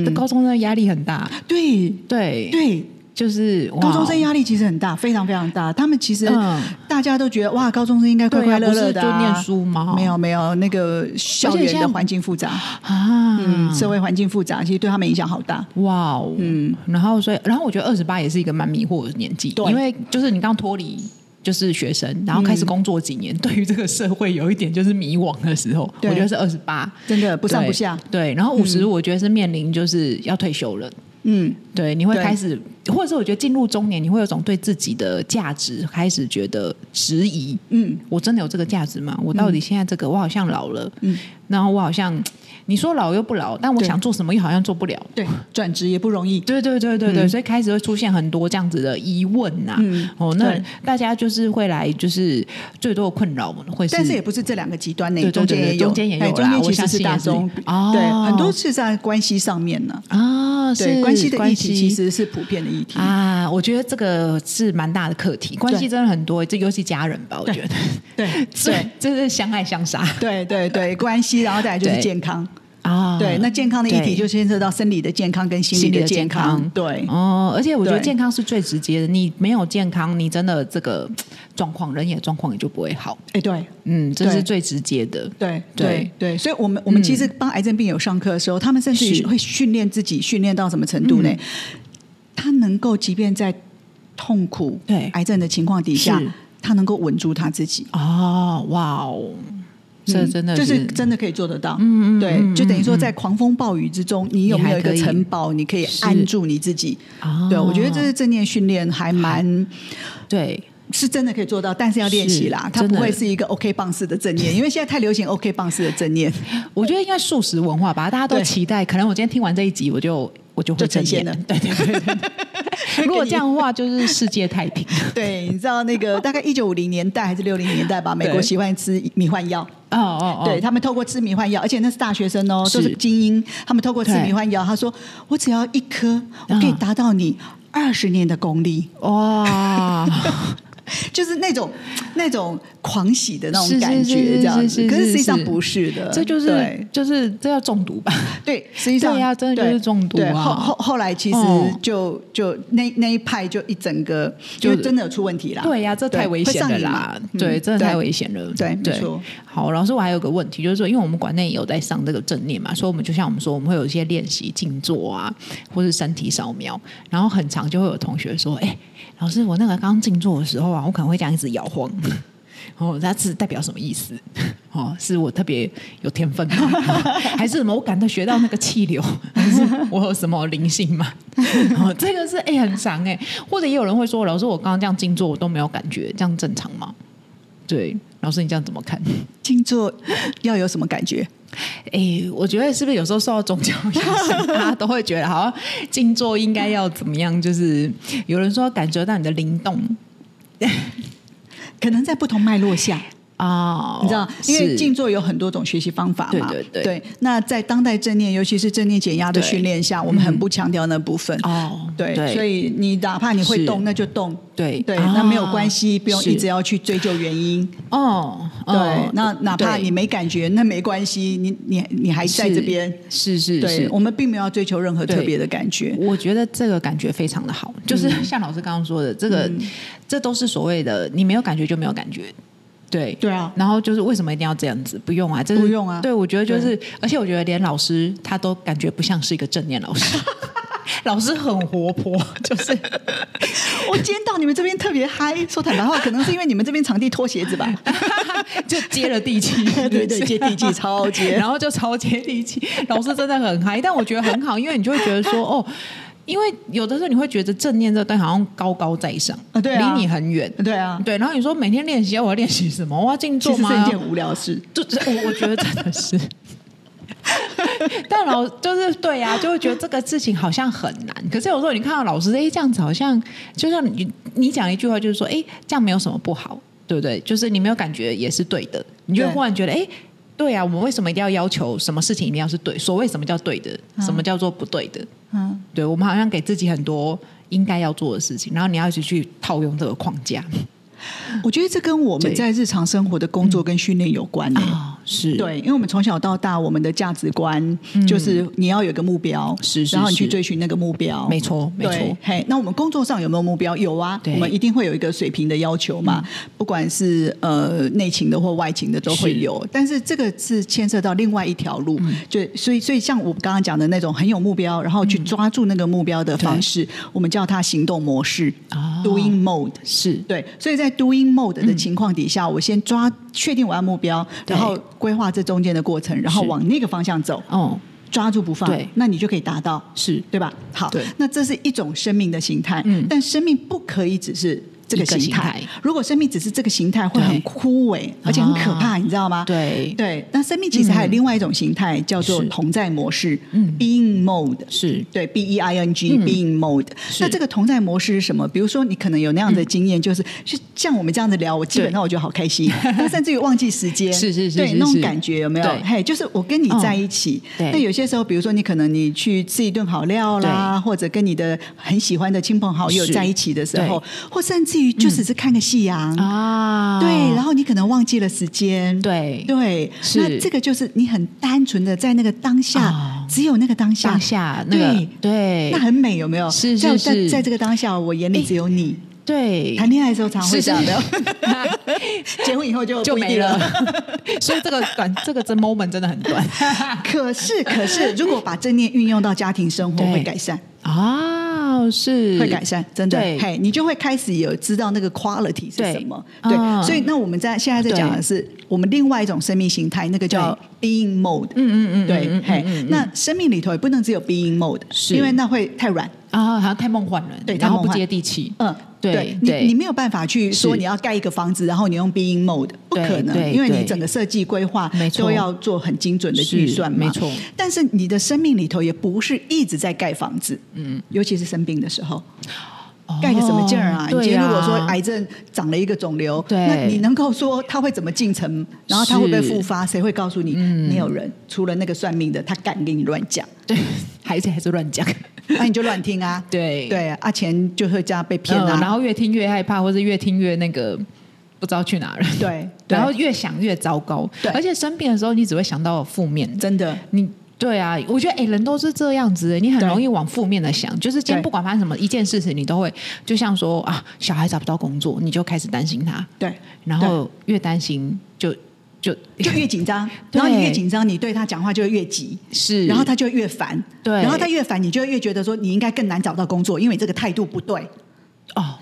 Speaker 2: 这高中生的压力很大，
Speaker 3: 对
Speaker 2: 对，
Speaker 3: 对，
Speaker 2: 就是
Speaker 3: 高中生
Speaker 2: 压
Speaker 3: 压力其实很大，非常非常大。他们其实
Speaker 2: 哦嗯
Speaker 3: 大家都觉得哇，高中生应该快快乐乐的、
Speaker 2: 对啊不是就念书吗
Speaker 3: 没有没有，那个校
Speaker 2: 而且现
Speaker 3: 园
Speaker 2: 在
Speaker 3: 的环境复杂，
Speaker 2: 啊，
Speaker 3: 嗯，社会环境复杂，其实对他们影响好大。
Speaker 2: 哇哦，嗯，然后所以，然后我觉得二十八也是一个蛮迷惑的年纪，
Speaker 3: 对
Speaker 2: 因为就是你刚脱离就是学生，然后开始工作几年，对于这个社会有一点就是迷惘的时候，我
Speaker 3: 嗯对
Speaker 2: 觉得是二十八，
Speaker 3: 真的不上
Speaker 2: 对
Speaker 3: 不下
Speaker 2: 对，然后五十，我觉得是面临就是要退休了。
Speaker 3: 嗯，
Speaker 2: 对，你会
Speaker 3: 对
Speaker 2: 开始，或者是我觉得进入中年，你会有种对自己的价值开始觉得质疑。
Speaker 3: 嗯，
Speaker 2: 我真的有这个价值吗？我到底现在这个，我好像老了，
Speaker 3: 嗯，
Speaker 2: 然后我好像你说老又不老，但我
Speaker 3: 对
Speaker 2: 想做什么又好像做不了。
Speaker 3: 对，转职也不容易。
Speaker 2: 对对对对对，所以开始会出现很多这样子的疑问呐、
Speaker 3: 嗯
Speaker 2: 哦，那
Speaker 3: 对
Speaker 2: 大家就是会来，就是最多的困扰会是，
Speaker 3: 但是也不是这两个极端
Speaker 2: 对
Speaker 3: 呢，
Speaker 2: 对
Speaker 3: 中间
Speaker 2: 对
Speaker 3: 也有，
Speaker 2: 中间也有
Speaker 3: 哎
Speaker 2: 啦
Speaker 3: 中间
Speaker 2: 我
Speaker 3: 其
Speaker 2: 相
Speaker 3: 实是
Speaker 2: 信
Speaker 3: 大
Speaker 2: 也是
Speaker 3: 宗，
Speaker 2: 哦
Speaker 3: 对，很多是在关系上面呢。
Speaker 2: 啊，
Speaker 3: 对，
Speaker 2: 是
Speaker 3: 关系的议题其
Speaker 2: 系
Speaker 3: 实是普遍的议题。
Speaker 2: 啊，我觉得这个是蛮大的课题，关系真的很多，这尤其家人吧，我觉得
Speaker 3: 对
Speaker 2: 对
Speaker 3: 对，
Speaker 2: 这是相爱相杀
Speaker 3: 对对对，关系，然后再来就是
Speaker 2: 对
Speaker 3: 健康。
Speaker 2: 啊
Speaker 3: 对，那健康的议
Speaker 2: 对
Speaker 3: 题就牵涉到生理的健康跟心
Speaker 2: 心
Speaker 3: 理
Speaker 2: 理
Speaker 3: 的
Speaker 2: 的
Speaker 3: 健
Speaker 2: 健
Speaker 3: 康。
Speaker 2: 康，
Speaker 3: 对，
Speaker 2: 哦，而且我觉得
Speaker 3: 对
Speaker 2: 健康是最直接的，你没有健康，你真的这个嗯状况，人也状况也就不会好，
Speaker 3: 哎，对。
Speaker 2: 嗯，这
Speaker 3: 对
Speaker 2: 是最直接的，
Speaker 3: 对
Speaker 2: 对嗯
Speaker 3: 对对，所以我们我们其实帮癌症病友上课的时候，他们甚至于
Speaker 2: 是嗯
Speaker 3: 会训练自己，训练到什么程度呢？他能够即便在痛苦、
Speaker 2: 对
Speaker 3: 癌症的情况底下
Speaker 2: 是，
Speaker 3: 他能够稳住他自己。
Speaker 2: 哦，哇哦，这
Speaker 3: 嗯
Speaker 2: 真的
Speaker 3: 就是
Speaker 2: 是
Speaker 3: 真的可以做得到。
Speaker 2: 嗯嗯嗯
Speaker 3: 对，就等于说在狂风暴雨之中，你有没有一
Speaker 2: 你还可
Speaker 3: 个
Speaker 2: 以
Speaker 3: 城堡，你可以
Speaker 2: 是
Speaker 3: 按住你自己？
Speaker 2: 啊
Speaker 3: 对，我觉得这是正念训练还蛮
Speaker 2: 对
Speaker 3: 是真的可以做到，但是要练习啦
Speaker 2: 是，
Speaker 3: 它
Speaker 2: 真
Speaker 3: 不
Speaker 2: 的
Speaker 3: 会是一个 OK 棒式的正念，因为现在太流行 OK 棒式的 正念，
Speaker 2: 我觉得应该素食文化吧，大家都
Speaker 3: 对
Speaker 2: 期待。可能我今天听完这一集，我就我就会
Speaker 3: 就呈现
Speaker 2: 正
Speaker 3: 了
Speaker 2: 念 对对对 对对如果这样的话，就是世界太平。
Speaker 3: 对，你知道那个大概一九五零年代还是六零年代吧，美国
Speaker 2: 对
Speaker 3: 喜欢吃迷幻药。
Speaker 2: 哦哦哦，
Speaker 3: 对他们透过吃迷幻药，而且那是大学生哦，
Speaker 2: 是
Speaker 3: 都是精英。他们透过吃
Speaker 2: 对
Speaker 3: 迷幻药，他说：“我只要一颗，我可以
Speaker 2: 嗯
Speaker 3: 达到你二十年的功力。
Speaker 2: 哇，
Speaker 3: 就是那种那种狂喜的那
Speaker 2: 是
Speaker 3: 种感
Speaker 2: 是是
Speaker 3: 觉，这样
Speaker 2: 是是
Speaker 3: 子。可是实际上
Speaker 2: 是
Speaker 3: 不是的，
Speaker 2: 这就是
Speaker 3: 对
Speaker 2: 就是这要中毒 吧？
Speaker 3: 对，实际上
Speaker 2: 对啊真的就是
Speaker 3: 对
Speaker 2: 中毒啊
Speaker 3: 对后后后来其实
Speaker 2: 哦
Speaker 3: 就、就那那一派就一整个就
Speaker 2: 就
Speaker 3: 真的有出问题啦。
Speaker 2: 对呀、这太危险了啦！对，真的太危
Speaker 3: 险。
Speaker 2: 险了。
Speaker 3: 嗯对没错
Speaker 2: 好，老师，我还有个问题，就是说，因为我们馆内也有在上这个正念嘛，所以我们就像我们说，我们会有一些练习静坐啊，或是身体扫描，然后很长就会有同学说：“哎、 老师，我那个刚静坐的时候啊，我可能会这样一直摇晃。”哦，那是代表什么意思？ 哦，是我特别有天分吗？ 还是什么？我感到学到那个气流，还是我有什么灵性吗？ 哦，这个是哎、很长哎、或者也有人会说，老师，我刚刚这样静坐我都没有感觉，这样正常吗？对，老师你这样怎么 看？
Speaker 3: 静坐要有什么感觉？
Speaker 2: 哎、我觉得是不是有时候受到宗教影响，大家都会觉得好像静坐应该要怎么样？就是有人说感觉到你的灵动，
Speaker 3: 可能在不同脉络下，
Speaker 2: 哦，
Speaker 3: 你知道，因为
Speaker 2: 是
Speaker 3: 静坐有很多种学习方法嘛，
Speaker 2: 对对对
Speaker 3: 那在当代正念，尤其是正念减压的
Speaker 2: 对
Speaker 3: 训练下，我们很不强调那部分。
Speaker 2: 哦，
Speaker 3: 对，
Speaker 2: 对，
Speaker 3: 所以你哪怕你会
Speaker 2: 是
Speaker 3: 动，那就动。
Speaker 2: 对
Speaker 3: 对，
Speaker 2: 啊
Speaker 3: 那没有关系，不用
Speaker 2: 是
Speaker 3: 一直要去追究原因。
Speaker 2: 哦，
Speaker 3: 对，
Speaker 2: 哦
Speaker 3: 那哪怕
Speaker 2: 对
Speaker 3: 你没感觉，那没关系，你你你还在这边。
Speaker 2: 是是
Speaker 3: 对
Speaker 2: 是，
Speaker 3: 我们并没有要追求任何
Speaker 2: 对
Speaker 3: 特别的感觉。
Speaker 2: 我觉得这个感觉非常的好，
Speaker 3: 嗯
Speaker 2: 就是像老师刚刚说的，这个、这都是所谓的你没有感觉就没有感觉，对
Speaker 3: 对啊
Speaker 2: 然后就是为什么一定要这样子？不用啊，这是
Speaker 3: 不用啊
Speaker 2: 对，我觉得就是，而且我觉得连老师他都感觉不像是一个正念老 师。老师很活泼，就是
Speaker 3: 我今天到你们这边特别嗨，说坦白话，可能是因为你们这边场地脱鞋 子吧。
Speaker 2: 就接了地气，
Speaker 3: 对对，接 地气，超接。
Speaker 2: 然后就超接地气。老师真的很嗨，但我觉得很好，因为你就会觉得说，哦，因为有的时候你会觉得正念这段好像高高在上，
Speaker 3: 啊对啊
Speaker 2: 离你很远，
Speaker 3: 对啊，
Speaker 2: 对。然后你说每天练习，哦我要练习什么？我要静
Speaker 3: 其
Speaker 2: 坐
Speaker 3: 实
Speaker 2: 吗
Speaker 3: 是？一件无聊事。
Speaker 2: 就我我觉得真的是。但老就是对呀、就会觉得这个事情好像很难。可是有时候你看到老师，哎，这样子好像就像你你讲一句话，就是说，哎，这样没有什么不好，对不对？就是你没有感觉也是对的，你就会
Speaker 3: 对
Speaker 2: 忽然觉得，哎，对啊，我们为什么一定要要求什么事情一定要是对？所谓什么叫对的，什么叫做不对的？
Speaker 3: 嗯，
Speaker 2: 对我们好像给自己很多应该要做的事情，然后你要一直去套用这个框架
Speaker 3: 我觉得这跟我们
Speaker 2: 对
Speaker 3: 在日常生活的工作跟训练有关、欸。
Speaker 2: 啊、是嗯
Speaker 3: 对，因为我们从小到大，我们的价值观就是你要有一个目标，
Speaker 2: 是是
Speaker 3: 然后你去
Speaker 2: 是
Speaker 3: 追寻那个目标，
Speaker 2: 没错没
Speaker 3: 哦对
Speaker 2: 错，
Speaker 3: 嘿，那我们工作上有没有目标？有啊，
Speaker 2: 对嗯
Speaker 3: 我们一定会有一个水平的要求嘛，不管是呃内勤的或外勤的都会
Speaker 2: 是嗯
Speaker 3: 有。但是这个是牵涉到另外一条路，就所以所以像我刚刚讲的那种很有目标，然后去抓住那个目标的方式，我们叫它行动模式、
Speaker 2: 哦
Speaker 3: d o i n g mode。
Speaker 2: 是嗯
Speaker 3: 对，所以在 doing mode 的情况底下，我先抓确定我要目标，
Speaker 2: 对
Speaker 3: 然后规划这中间的过程，然后
Speaker 2: 是
Speaker 3: 往那个方向走，
Speaker 2: 哦
Speaker 3: 抓住不放
Speaker 2: 对，
Speaker 3: 那你就可以达到，
Speaker 2: 是
Speaker 3: 对吧？好
Speaker 2: 对，
Speaker 3: 那这是一种生命的形态，
Speaker 2: 嗯
Speaker 3: 但生命不可以只是。这个
Speaker 2: 一个
Speaker 3: 形
Speaker 2: 形
Speaker 3: 态
Speaker 2: 态，
Speaker 3: 如果生命只是这个形态，会很
Speaker 2: 对
Speaker 3: 枯萎，而且很可怕，
Speaker 2: 啊
Speaker 3: 你知道吗？
Speaker 2: 对
Speaker 3: 对，那生命其实还有另外一种形态，叫做
Speaker 2: 是
Speaker 3: 同在模式，
Speaker 2: 嗯
Speaker 3: b e i n g mode，
Speaker 2: 是
Speaker 3: 对，B E I N G
Speaker 2: 嗯
Speaker 3: being mode。
Speaker 2: 是嗯
Speaker 3: 那这个同在模式是什么？比如说，你可能有那样的经验，就是是像我们这样子聊，我基本上我觉得好 开心，但甚至于忘记时间，
Speaker 2: 是是是
Speaker 3: 对
Speaker 2: 是
Speaker 3: 那种
Speaker 2: 是
Speaker 3: 感觉有没有？
Speaker 2: 对
Speaker 3: 嘿，就是我跟你在一起。
Speaker 2: 嗯对
Speaker 3: 那有些时候，比如说你可能你去吃一顿好料啦，或者跟你的很喜欢的亲朋好友
Speaker 2: 是
Speaker 3: 在一起的时候，或甚至于就只是看个夕阳。
Speaker 2: 嗯啊
Speaker 3: 对，然后你可能忘记了时间，
Speaker 2: 对
Speaker 3: 对，
Speaker 2: 是
Speaker 3: 那这个就是你很单纯的在那个当下，
Speaker 2: 哦
Speaker 3: 只有那个当下，
Speaker 2: 当下那个
Speaker 3: 对
Speaker 2: 对
Speaker 3: 那很美，有没有？
Speaker 2: 哎是是
Speaker 3: 在在
Speaker 2: 是哎
Speaker 3: 在这个当下，我眼里只有你。
Speaker 2: 对，
Speaker 3: 谈恋爱的时候常会这样的， 结婚以后就
Speaker 2: 就
Speaker 3: 不一
Speaker 2: 没
Speaker 3: 定
Speaker 2: 了
Speaker 3: 了。。
Speaker 2: 所以这个短，这 个真 moment 真的很短
Speaker 3: 可是可是，如果把正念运用到家庭生活，
Speaker 2: 对
Speaker 3: 会改善，
Speaker 2: 啊，是
Speaker 3: 会改善，真的。
Speaker 2: 对
Speaker 3: 嘿，你就会开始有知道那个 quality 是什么。
Speaker 2: 对
Speaker 3: 对，
Speaker 2: 嗯
Speaker 3: 所以那我们在现在在讲的是我们另外一种生命形态，那个叫 being mode。
Speaker 2: 嗯嗯嗯，
Speaker 3: 对
Speaker 2: 嗯，
Speaker 3: 嘿，
Speaker 2: 嗯嗯
Speaker 3: 那生命里头也不能只有 being mode，
Speaker 2: 是
Speaker 3: 因为那会太软。
Speaker 2: 啊，好像太梦幻了，
Speaker 3: 对太
Speaker 2: 然后
Speaker 3: 梦
Speaker 2: 不
Speaker 3: 幻
Speaker 2: 接地气，
Speaker 3: 嗯，
Speaker 2: 对对
Speaker 3: 你你没有办法去说
Speaker 2: 是
Speaker 3: 你要盖一个房子，然后你用 being mode，不
Speaker 2: 对
Speaker 3: 可能，
Speaker 2: 对
Speaker 3: 因为你
Speaker 2: 对
Speaker 3: 整个设计规划
Speaker 2: 没错
Speaker 3: 都要做很精准的预
Speaker 2: 是
Speaker 3: 算嘛，
Speaker 2: 没错。
Speaker 3: 但是你的生命里头也不是一直在盖房子，嗯，尤其是生病的时候。盖个什么劲儿
Speaker 2: 哦
Speaker 3: 啊？你今
Speaker 2: 对
Speaker 3: 天
Speaker 2: 呀
Speaker 3: 如果说癌症长了一个肿瘤，
Speaker 2: 对
Speaker 3: 那你能够说它会怎么进程，然后它会不会
Speaker 2: 是嗯
Speaker 3: 复发？谁会告诉你？没有人，除了那个算命的，他敢给你乱 讲，
Speaker 2: 对，还是还是乱讲，
Speaker 3: 那你就乱听啊。
Speaker 2: 对
Speaker 3: 对啊，啊钱就会这样被骗
Speaker 2: 嗯然
Speaker 3: 啊。
Speaker 2: 后越听越害怕，或是越听越那个不知道去哪了，
Speaker 3: 对，对
Speaker 2: 然后越想越糟糕
Speaker 3: 对，
Speaker 2: 而且生病的时候你只会想到负面的。
Speaker 3: 真的
Speaker 2: 你对啊，我觉得哎、诶人都是这样子的，欸你很
Speaker 3: 对
Speaker 2: 容易往负面的想，就是今天
Speaker 3: 对
Speaker 2: 不管发生什么一件事情，你都会就像说啊，小孩找不到工作，你就开始担心他，
Speaker 3: 对，
Speaker 2: 然后越担心就就
Speaker 3: 就越紧张，
Speaker 2: 对
Speaker 3: 然后你越紧张，你对他讲话就会越急，
Speaker 2: 是，
Speaker 3: 然后他就越烦，
Speaker 2: 对
Speaker 3: 然后他越烦，你就会越觉得说你应该更难找到工作，因为你这个态度不对，
Speaker 2: 哦，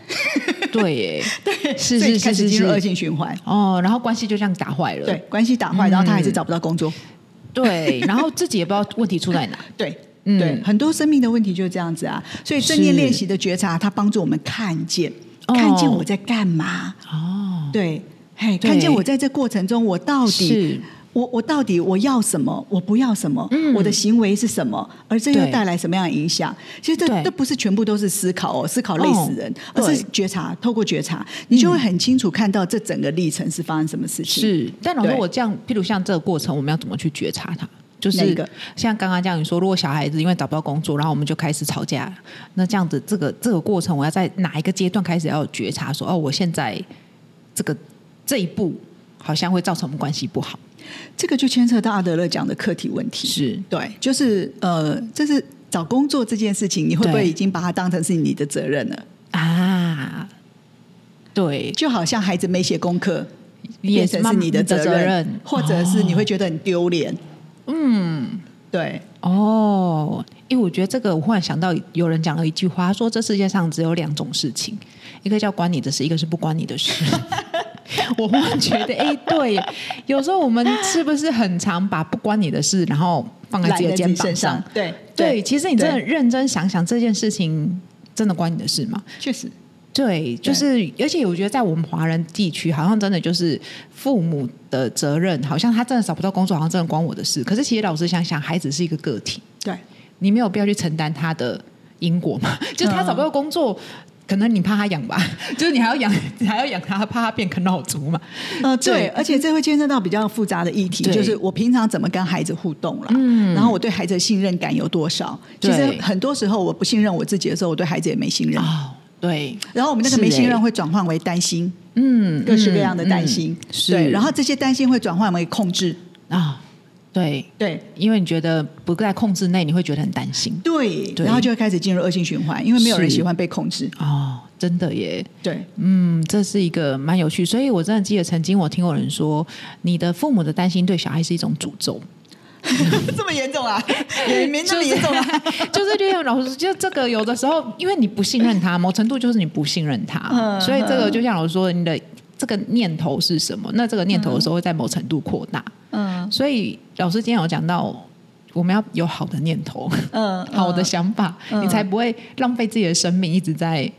Speaker 2: 对 耶，对，是
Speaker 3: 所以
Speaker 2: 是
Speaker 3: 开
Speaker 2: 是
Speaker 3: 始
Speaker 2: 是
Speaker 3: 进入恶
Speaker 2: 是。
Speaker 3: 性循环。
Speaker 2: 哦，然后关系就这样打坏了，
Speaker 3: 对，关系打坏，
Speaker 2: 嗯
Speaker 3: 然后他还是找不到工作。
Speaker 2: 对，然后自己也不知道问题出在哪，
Speaker 3: 对，
Speaker 2: 嗯
Speaker 3: 对，很多生命的问题就是这样子啊。所以正念
Speaker 2: 是
Speaker 3: 练习的觉察，它帮助我们看见，
Speaker 2: 哦
Speaker 3: 看见我在干嘛。
Speaker 2: 哦，
Speaker 3: 对，嘿，
Speaker 2: 对
Speaker 3: 看见我在这过程中，我到底
Speaker 2: 是
Speaker 3: 我我到底我要什么，我不要什么，
Speaker 2: 嗯
Speaker 3: 我的行为是什么，而这又
Speaker 2: 对
Speaker 3: 带来什么样的影响？其实这
Speaker 2: 对
Speaker 3: 这不是全部都是思考哦，思考累死人，
Speaker 2: 哦
Speaker 3: 而是
Speaker 2: 对嗯
Speaker 3: 觉察，透过觉察，你就会很清楚看到这整个历程是发生什么事情。
Speaker 2: 是，但老师，
Speaker 3: 对
Speaker 2: 我这样，譬如像这个过程，我们要怎么去觉察它？就
Speaker 3: 哪一
Speaker 2: 是
Speaker 3: 个
Speaker 2: 像刚刚这样你说，如果小孩子因为找不到工作，然后我们就开始吵架，那这样子这个这个过程，我要在哪一个阶段开始要有觉察说哦，我现在这个这一步好像会造成我们关系不好，
Speaker 3: 这个就牵涉到阿德勒讲的课题问题。
Speaker 2: 是
Speaker 3: 对，就是呃，这是找工作这件事情，你会不会
Speaker 2: 对
Speaker 3: 已经把它当成是你的责任了？
Speaker 2: 啊，对，
Speaker 3: 就好像孩子没写功课，变
Speaker 2: 也
Speaker 3: 成
Speaker 2: 妈
Speaker 3: 是
Speaker 2: 妈
Speaker 3: 你的责
Speaker 2: 责哦
Speaker 3: 任，或者是你会觉得很丢脸。
Speaker 2: 嗯。
Speaker 3: 对，
Speaker 2: 哦，因为我觉得这个，我忽然想到有人讲了一句话，他说这世界上只有两种事情，一个叫关你的事，一个是不关你的事。 我忽然觉得，哎、对耶，有时候我们是不是很常把不关你的事，然后放在
Speaker 3: 揽
Speaker 2: 自己
Speaker 3: 在
Speaker 2: 的
Speaker 3: 自
Speaker 2: 肩
Speaker 3: 己
Speaker 2: 膀
Speaker 3: 身
Speaker 2: 上
Speaker 3: 上？，对
Speaker 2: 对，其实你真的
Speaker 3: 对
Speaker 2: 认真想想这件事情，真的关你的事吗？
Speaker 3: 确实
Speaker 2: 对，就是，而且我觉得在我们华人地区，好像真的就是父母的责任，好像他真的找不到工作，好像真的关我的事。可是其实老实想想，孩子是一个个体，
Speaker 3: 对。
Speaker 2: 你没有必要去承担他的因果 嘛？就是他找不到工作，可能你怕他养吧， 就是你还要养，你还要养他，怕他变啃老族嘛？
Speaker 3: 呃，对
Speaker 2: 对，
Speaker 3: 而且这会牵涉到比较复杂的议题，
Speaker 2: 对
Speaker 3: 就是我平常怎么跟孩子互动啦，
Speaker 2: 嗯
Speaker 3: 然后我对孩子的信任感有多少？其实
Speaker 2: 对
Speaker 3: 很多时候我不信任我自己的时候，我对孩子也没信任，
Speaker 2: 哦，对，
Speaker 3: 然后我们那个
Speaker 2: 是
Speaker 3: 没信
Speaker 2: 欸
Speaker 3: 任会转换为担心，
Speaker 2: 嗯，
Speaker 3: 各式各样的担心，
Speaker 2: 嗯嗯是，
Speaker 3: 对，然后这些担心会转换为控制，
Speaker 2: 啊、对，
Speaker 3: 对。
Speaker 2: 因为你觉得不在控制内，你会觉得很担心
Speaker 3: 对，
Speaker 2: 对
Speaker 3: 然后就会开始进入恶性循环，因为没有人
Speaker 2: 是
Speaker 3: 喜欢被控制。
Speaker 2: 哦，真的耶，
Speaker 3: 对，
Speaker 2: 嗯，这是一个蛮有趣，所以我真的记得曾经我听有人说，你的父母的担心对小孩是一种诅咒。
Speaker 3: 这么严 重啊？也没那
Speaker 2: 就
Speaker 3: 么
Speaker 2: 是
Speaker 3: 严重啊。
Speaker 2: 就是就像老师，就这个有的时候，因为你不信任他，某程度就是你不信任他，
Speaker 3: 嗯
Speaker 2: 所以这个就像老师说，你的这个念头是什么？那这个念头的时候会在某程度扩大。
Speaker 3: 嗯
Speaker 2: 所以老师今天有讲到，我们要有好的念头，
Speaker 3: 嗯
Speaker 2: 好的想法，
Speaker 3: 嗯
Speaker 2: 你才不会浪费自己的生命一直在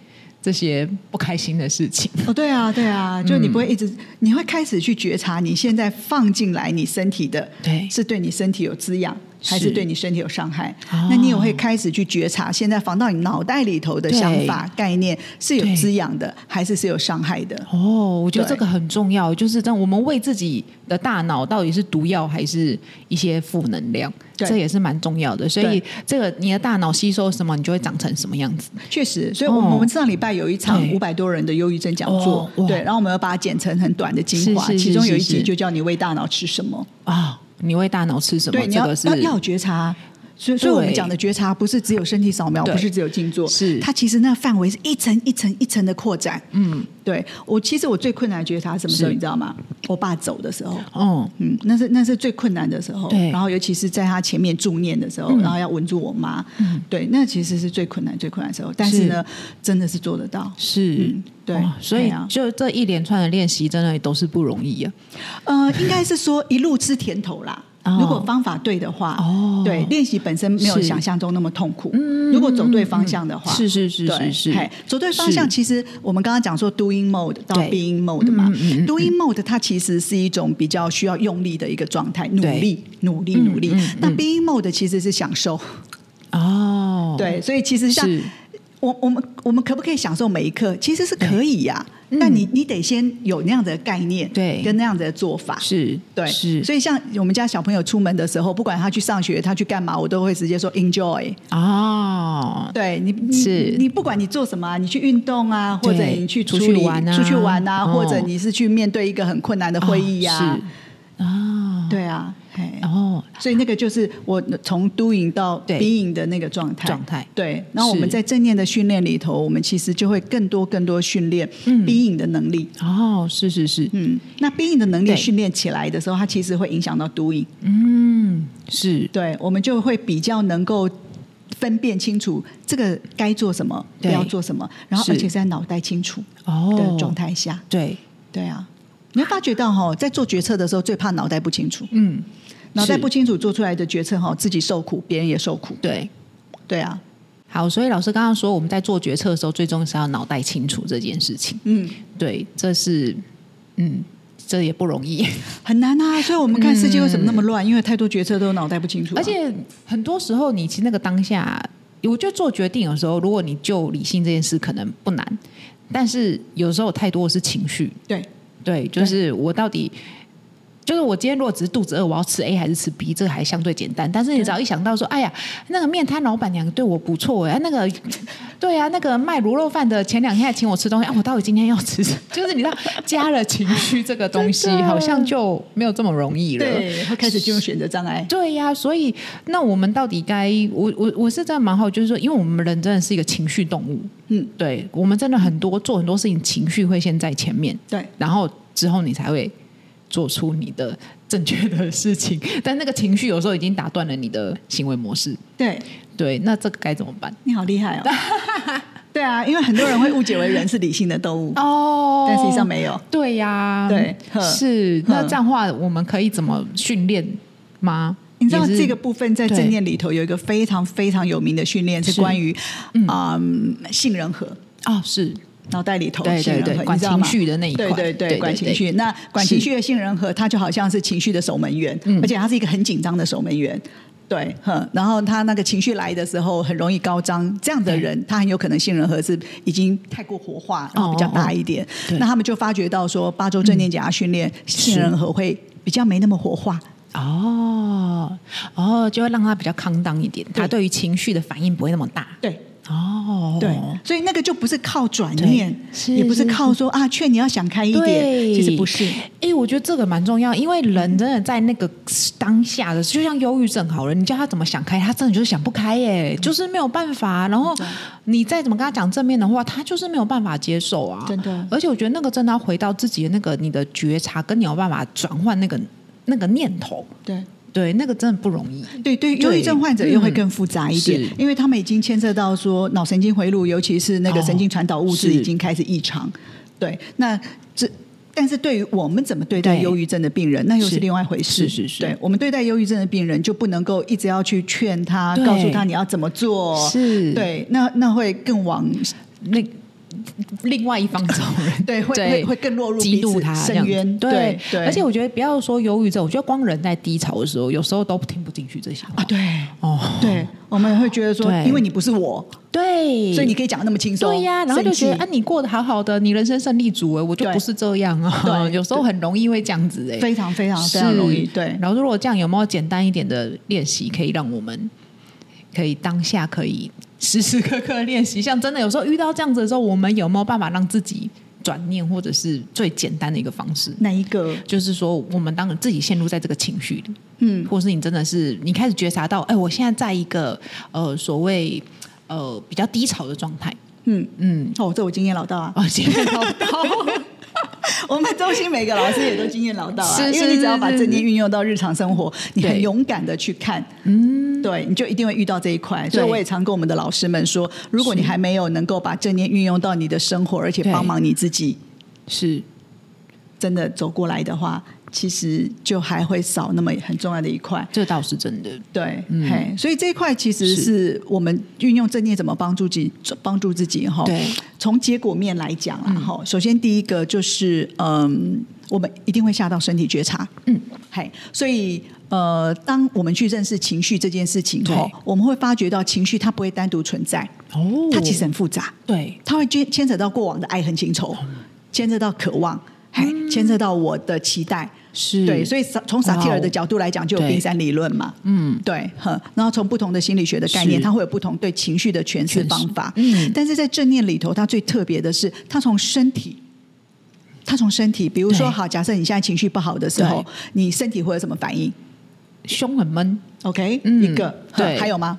Speaker 2: 这些不开心的事情。
Speaker 3: 哦，对啊，对
Speaker 2: 嗯
Speaker 3: 啊，就你不会一直，你会开始去觉察你现在放进来你身体的，
Speaker 2: 对
Speaker 3: 是对你身体有滋养，还
Speaker 2: 是
Speaker 3: 是对你身体有伤害
Speaker 2: 哦？
Speaker 3: 那你也会开始去觉察，现在放到你脑袋里头的想法、概念是有
Speaker 2: 对
Speaker 3: 滋养的，还是是有伤害的？
Speaker 2: 哦，我觉得这
Speaker 3: 对
Speaker 2: 个很重要，就是让我们为自己的大脑到底是毒药还是一些负能量，
Speaker 3: 对
Speaker 2: 这也是蛮重要的。所以
Speaker 3: 对
Speaker 2: 这个你的大脑吸收什么，你就会长成什么样子。
Speaker 3: 确实，所以我们、
Speaker 2: 哦
Speaker 3: 我们上礼拜有一场
Speaker 2: 对
Speaker 3: 五百多人的忧郁症讲座，
Speaker 2: 哦哇
Speaker 3: 对，然后我们要把它剪成很短的精华，
Speaker 2: 是是是
Speaker 3: 其中有一
Speaker 2: 是
Speaker 3: 集
Speaker 2: 是
Speaker 3: 就叫你喂大脑吃什么，
Speaker 2: 啊、你为大脑吃什么？
Speaker 3: 对，你
Speaker 2: 哦这
Speaker 3: 要
Speaker 2: 个是
Speaker 3: 要要有觉察。所以，所以我们
Speaker 2: 对
Speaker 3: 讲的觉察不是只有身体扫描，
Speaker 2: 对
Speaker 3: 不是只有静坐，
Speaker 2: 是
Speaker 3: 它其实那范围是一层一层一层的扩展。
Speaker 2: 嗯
Speaker 3: 对我，其实我最困难的觉察是什么时候，
Speaker 2: 是
Speaker 3: 你知道吗？我爸走的时候，
Speaker 2: 哦
Speaker 3: 嗯，那是那是最困难的时候。
Speaker 2: 对
Speaker 3: 然后尤其是在他前面助念的时候，
Speaker 2: 嗯
Speaker 3: 然后要稳住我妈，
Speaker 2: 嗯
Speaker 3: 对，那其实是最困难最困难的时候。但是呢，真的是做得到。
Speaker 2: 是、
Speaker 3: 嗯对
Speaker 2: 哇所
Speaker 3: 对
Speaker 2: 以
Speaker 3: 啊
Speaker 2: 就这一连串的练习真的都是不容易啊。
Speaker 3: 呃，应该是说一路吃甜头啦。
Speaker 2: 哦
Speaker 3: 如果方法对的话，
Speaker 2: 哦
Speaker 3: 对，练习本身没有
Speaker 2: 是
Speaker 3: 想象中那么痛苦。
Speaker 2: 嗯
Speaker 3: 如果走对方向的话，
Speaker 2: 是是是
Speaker 3: 对
Speaker 2: 是是
Speaker 3: 嘿，走对方向，
Speaker 2: 是
Speaker 3: 其实我们刚刚讲说 doing mode 到
Speaker 2: 对
Speaker 3: being mode 嘛、
Speaker 2: 嗯嗯嗯嗯
Speaker 3: d o i n g mode 它其实是一种比较需要用力的一个状态，努
Speaker 2: 对
Speaker 3: 力、努力、
Speaker 2: 嗯
Speaker 3: 努力。
Speaker 2: 嗯嗯
Speaker 3: 那 being mode 其实是享受，
Speaker 2: 哦，
Speaker 3: 对，所以其实像
Speaker 2: 是
Speaker 3: 我我们我们可不可以享受每一刻？其实是可以呀、
Speaker 2: 嗯
Speaker 3: 但你你得先有那样的概念，
Speaker 2: 对
Speaker 3: 跟那样的做法，
Speaker 2: 是，
Speaker 3: 对，
Speaker 2: 是，
Speaker 3: 所以像我们家小朋友出门的时候，不管他去上学，他去干嘛，我都会直接说 enjoy。
Speaker 2: 哦，
Speaker 3: 对你，你
Speaker 2: 是
Speaker 3: 你不管你做什么啊、你去运动啊，或
Speaker 2: 对
Speaker 3: 者你去
Speaker 2: 出
Speaker 3: 处
Speaker 2: 去
Speaker 3: 理
Speaker 2: 玩啊
Speaker 3: 出去玩啊，
Speaker 2: 哦
Speaker 3: 或者你是去面对一个很困难的会议呀、
Speaker 2: 哦是啊，
Speaker 3: 对啊，嘿
Speaker 2: 哦，
Speaker 3: 所以那个就是我从 doing 到
Speaker 2: 对
Speaker 3: being 的那个状态。
Speaker 2: 状态
Speaker 3: 对，然后我
Speaker 2: 是
Speaker 3: 们在正念的训练里头，我们其实就会更多更多训练
Speaker 2: 嗯
Speaker 3: being 的能力。
Speaker 2: 哦，是是是，
Speaker 3: 嗯，那 being 的能力
Speaker 2: 对
Speaker 3: 训练起来的时候，它其实会影响到 doing。
Speaker 2: 嗯，是
Speaker 3: 对，我们就会比较能够分辨清楚这个该做什么，不
Speaker 2: 对
Speaker 3: 要做什么，然后
Speaker 2: 是
Speaker 3: 而且是在脑袋清楚
Speaker 2: 哦
Speaker 3: 的状，态下，
Speaker 2: 对，
Speaker 3: 对啊，你会发觉到哈、在做决策的时候最怕脑袋不清楚，
Speaker 2: 嗯，
Speaker 3: 脑袋
Speaker 2: 是
Speaker 3: 不清楚做出来的决策哈、自己受苦，别人也受苦，
Speaker 2: 对。
Speaker 3: 对啊，
Speaker 2: 好，所以老师刚刚说，我们在做决策的时候，最终是要脑袋清楚这件事情。
Speaker 3: 嗯，
Speaker 2: 对，这是嗯，这也不容易。
Speaker 3: 很难啊。所以我们看世界为什么那么乱，因为太多决策都脑袋不清楚
Speaker 2: 嗯
Speaker 3: 啊、
Speaker 2: 而且很多时候，你其实那个当下，我觉得做决定有时候，如果你就理性这件事可能不难，但是有时候太多的是情绪。
Speaker 3: 对，
Speaker 2: 对，就是我到底。就是我今天如果只是肚子饿，我要吃 A 还是吃 B，这个还相对简单。但是你只要一想到说，哎呀，那个面摊老板娘对我不错哎、啊那个，对啊，那个卖卤肉饭的前两天还请我吃东西，啊，我到底今天要吃什么？ 就是你知道，加了情绪这个东西，
Speaker 3: 真的
Speaker 2: 好像就没有这么容易了。
Speaker 3: 对，会开始进入选择障碍。
Speaker 2: 对呀、所以那我们到底该我我我是真的蛮好，就是说，因为我们人真的是一个情绪动物，
Speaker 3: 嗯，
Speaker 2: 对我们真的很多做很多事情，情绪会先在前面，
Speaker 3: 对，
Speaker 2: 然后之后你才会做出你的正确的事情，但那个情绪有时候已经打断了你的行为模式，
Speaker 3: 对，
Speaker 2: 对，那这个该怎么办？
Speaker 3: 你好厉 害哦。对啊，因为很多人会误解为人是理性的动物，
Speaker 2: 哦
Speaker 3: 但实际上没有。
Speaker 2: 对呀、
Speaker 3: 对呵
Speaker 2: 是
Speaker 3: 呵
Speaker 2: 那这样的话，我们可以怎么训练吗？
Speaker 3: 你知道
Speaker 2: 也是
Speaker 3: 这个部分在
Speaker 2: 对
Speaker 3: 正念里头有一个非常非常有名的训练，是
Speaker 2: 是
Speaker 3: 关于嗯杏仁核。
Speaker 2: 哦，是
Speaker 3: 脑袋里头
Speaker 2: 对对
Speaker 3: 杏仁核
Speaker 2: 对
Speaker 3: 哦你知道吗
Speaker 2: 管情绪的那一块
Speaker 3: 对
Speaker 2: 对
Speaker 3: 对对，
Speaker 2: 对
Speaker 3: 管情绪。
Speaker 2: 对
Speaker 3: 那管情绪的杏仁核，它就好像是情绪的守门员，
Speaker 2: 嗯
Speaker 3: 而且它是一个很紧张的守门员。对，哼，然后他那个情绪来的时候很容易高涨，这样的人他很有可能杏仁核是已经太过活化，然后比较大一点。
Speaker 2: 哦对嗯
Speaker 3: 那他们就发觉到说，八周正念减压训练，杏仁核会比较没那么活化，
Speaker 2: 哦，哦，就会让他比较康当一点，他对于情绪的反应不会那么大。
Speaker 3: 对。
Speaker 2: 哦，
Speaker 3: 对，所以那个就不是靠转念，
Speaker 2: 对是
Speaker 3: 也不是
Speaker 2: 是
Speaker 3: 靠说啊劝你要想开一点，
Speaker 2: 对
Speaker 3: 其实不是，
Speaker 2: 哎、我觉得这个蛮重要，因为人真的在那个当下的，就像忧郁症好了，你叫他怎么想开，他真的就是想不开耶，
Speaker 3: 嗯
Speaker 2: 就是没有办法。然后你再怎么跟他讲正面的话，他就是没有办法接受啊。
Speaker 3: 真的
Speaker 2: 而且我觉得那个真的要回到自己的那个你的觉察，跟你有办法转换那个那个念头，
Speaker 3: 对。
Speaker 2: 对，那个真的不容易。
Speaker 3: 对对，忧郁症患者又会更复杂一点，
Speaker 2: 嗯是
Speaker 3: 因为他们已经牵涉到说脑神经回路，尤其是那个
Speaker 2: 哦
Speaker 3: 神经传导物质
Speaker 2: 是
Speaker 3: 已经开始异常。对，那这。但是对于我们怎么对待
Speaker 2: 对
Speaker 3: 忧郁症的病人，那又是
Speaker 2: 是
Speaker 3: 另外一回事。
Speaker 2: 是是是
Speaker 3: 对我们对待忧郁症的病人，就不能够一直要去劝他，
Speaker 2: 对
Speaker 3: 告诉他你要怎么做。
Speaker 2: 是
Speaker 3: 对，那那会更往
Speaker 2: 那另外一方走人，
Speaker 3: 对会会会更落入
Speaker 2: 激怒
Speaker 3: 彼此
Speaker 2: 他
Speaker 3: 深
Speaker 2: 这样子
Speaker 3: 渊对
Speaker 2: 对，
Speaker 3: 对
Speaker 2: 而且我觉得不要说忧郁症，我觉得光人在低潮的时候，有时候都听不进去这些话
Speaker 3: 啊，对
Speaker 2: 哦，
Speaker 3: 对，我们也会觉得说，
Speaker 2: 对
Speaker 3: 因为你不是我，
Speaker 2: 对，
Speaker 3: 所以你可以讲的那么轻松。
Speaker 2: 对呀、然后就
Speaker 3: 生气
Speaker 2: 觉得啊，你过得好好的，你人生胜利组哎，我就
Speaker 3: 对
Speaker 2: 不是这样啊，
Speaker 3: 对
Speaker 2: 有时候很容易会这样子哎，
Speaker 3: 非常非常非常容易。
Speaker 2: 是
Speaker 3: 对，
Speaker 2: 然后如果这样，有没有简单一点的练习，可以让我们可以当下可以时时刻刻练习？像真的有时候遇到这样子的时候，我们有没有办法让自己转念，或者是最简单的一个方式？
Speaker 3: 哪一个？
Speaker 2: 就是说，我们当自己陷入在这个情绪里，
Speaker 3: 嗯，
Speaker 2: 或是你真的是你开始觉察到，哎，我现在在一个呃所谓呃比较低潮的状态，
Speaker 3: 嗯，
Speaker 2: 嗯，
Speaker 3: 哦，这我经验老道啊！
Speaker 2: 哦，今天聊到
Speaker 3: 我们中心每个老师也都经验老道啊，
Speaker 2: 是是
Speaker 3: 因为你只要把
Speaker 2: 是是
Speaker 3: 正念运用到日常生活，你很
Speaker 2: 对
Speaker 3: 勇敢的去看，嗯，对，你就一定会遇到这一块。所以
Speaker 2: 对
Speaker 3: 我也常跟我们的老师们说，如果你还没有能够把正念运用到你的生活，而且
Speaker 2: 对
Speaker 3: 帮忙你自己
Speaker 2: 是
Speaker 3: 真的走过来的话，其实就还会少那么很重要的一块。
Speaker 2: 这倒是真的，
Speaker 3: 对，
Speaker 2: 嗯
Speaker 3: 嘿，所以这一块其实是我们运用正念怎么帮助自己，帮助自己哈。
Speaker 2: 对，嗯
Speaker 3: 从结果面来讲啊，哈、首先第一个就是，嗯，我们一定会下到身体觉察，
Speaker 2: 嗯，
Speaker 3: 嘿，所以呃，当我们去认识情绪这件事情后
Speaker 2: 对，
Speaker 3: 我们会发觉到情绪它不会单独存在，
Speaker 2: 哦
Speaker 3: 它其实很复杂，
Speaker 2: 对
Speaker 3: 它会牵牵扯到过往的爱恨情仇，
Speaker 2: 嗯
Speaker 3: 牵扯到渴望，嘿，牵扯到我的期待，
Speaker 2: 是
Speaker 3: 对，所以萨从萨提尔的角度来讲，就有
Speaker 2: 对
Speaker 3: 冰山理论嘛。
Speaker 2: 嗯，
Speaker 3: 对，哼，然后从不同的心理学的概念，
Speaker 2: 是
Speaker 3: 它会有不同对情绪的诠释
Speaker 2: 诠释
Speaker 3: 方法。
Speaker 2: 嗯
Speaker 3: 但是在正念里头，它最特别的是，它从身体，它从身体，比如说，
Speaker 2: 对
Speaker 3: 好，假设你现在情绪不好的时候
Speaker 2: 对，
Speaker 3: 你身体会有什么反应
Speaker 2: 胸很闷，
Speaker 3: ？OK，、
Speaker 2: 嗯
Speaker 3: 一个，哼
Speaker 2: 对
Speaker 3: 还有吗？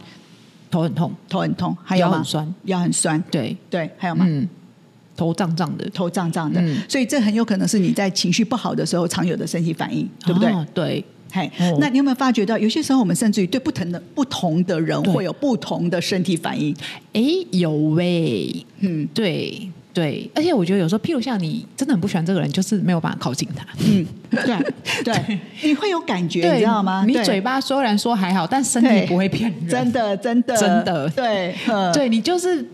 Speaker 2: 头很痛，
Speaker 3: 头很痛，还有
Speaker 2: 腰
Speaker 3: 吗？
Speaker 2: 很酸，
Speaker 3: 腰很酸，
Speaker 2: 对，
Speaker 3: 对，还有吗？
Speaker 2: 嗯，头胀胀的，
Speaker 3: 头胀胀的，
Speaker 2: 嗯
Speaker 3: 所以这很有可能是你在情绪不好的时候常有的身体反应，对不对？
Speaker 2: 哦对，
Speaker 3: 嘿
Speaker 2: 哦，
Speaker 3: 那你有没有发觉到，有些时候我们甚至于对不同的不同的人
Speaker 2: 对
Speaker 3: 会有不同的身体反应？
Speaker 2: 哎，有喂、
Speaker 3: 嗯
Speaker 2: 对对，而且我觉得有时候，譬如像你真的很不喜欢这个人，就是没有办法靠近他，
Speaker 3: 嗯，对 对，你会有感觉，你知道吗？
Speaker 2: 你
Speaker 3: 对
Speaker 2: 嘴巴虽然说还好，但身体
Speaker 3: 对
Speaker 2: 不会骗人，
Speaker 3: 真的真的
Speaker 2: 真的
Speaker 3: 对，呃
Speaker 2: 对你就是。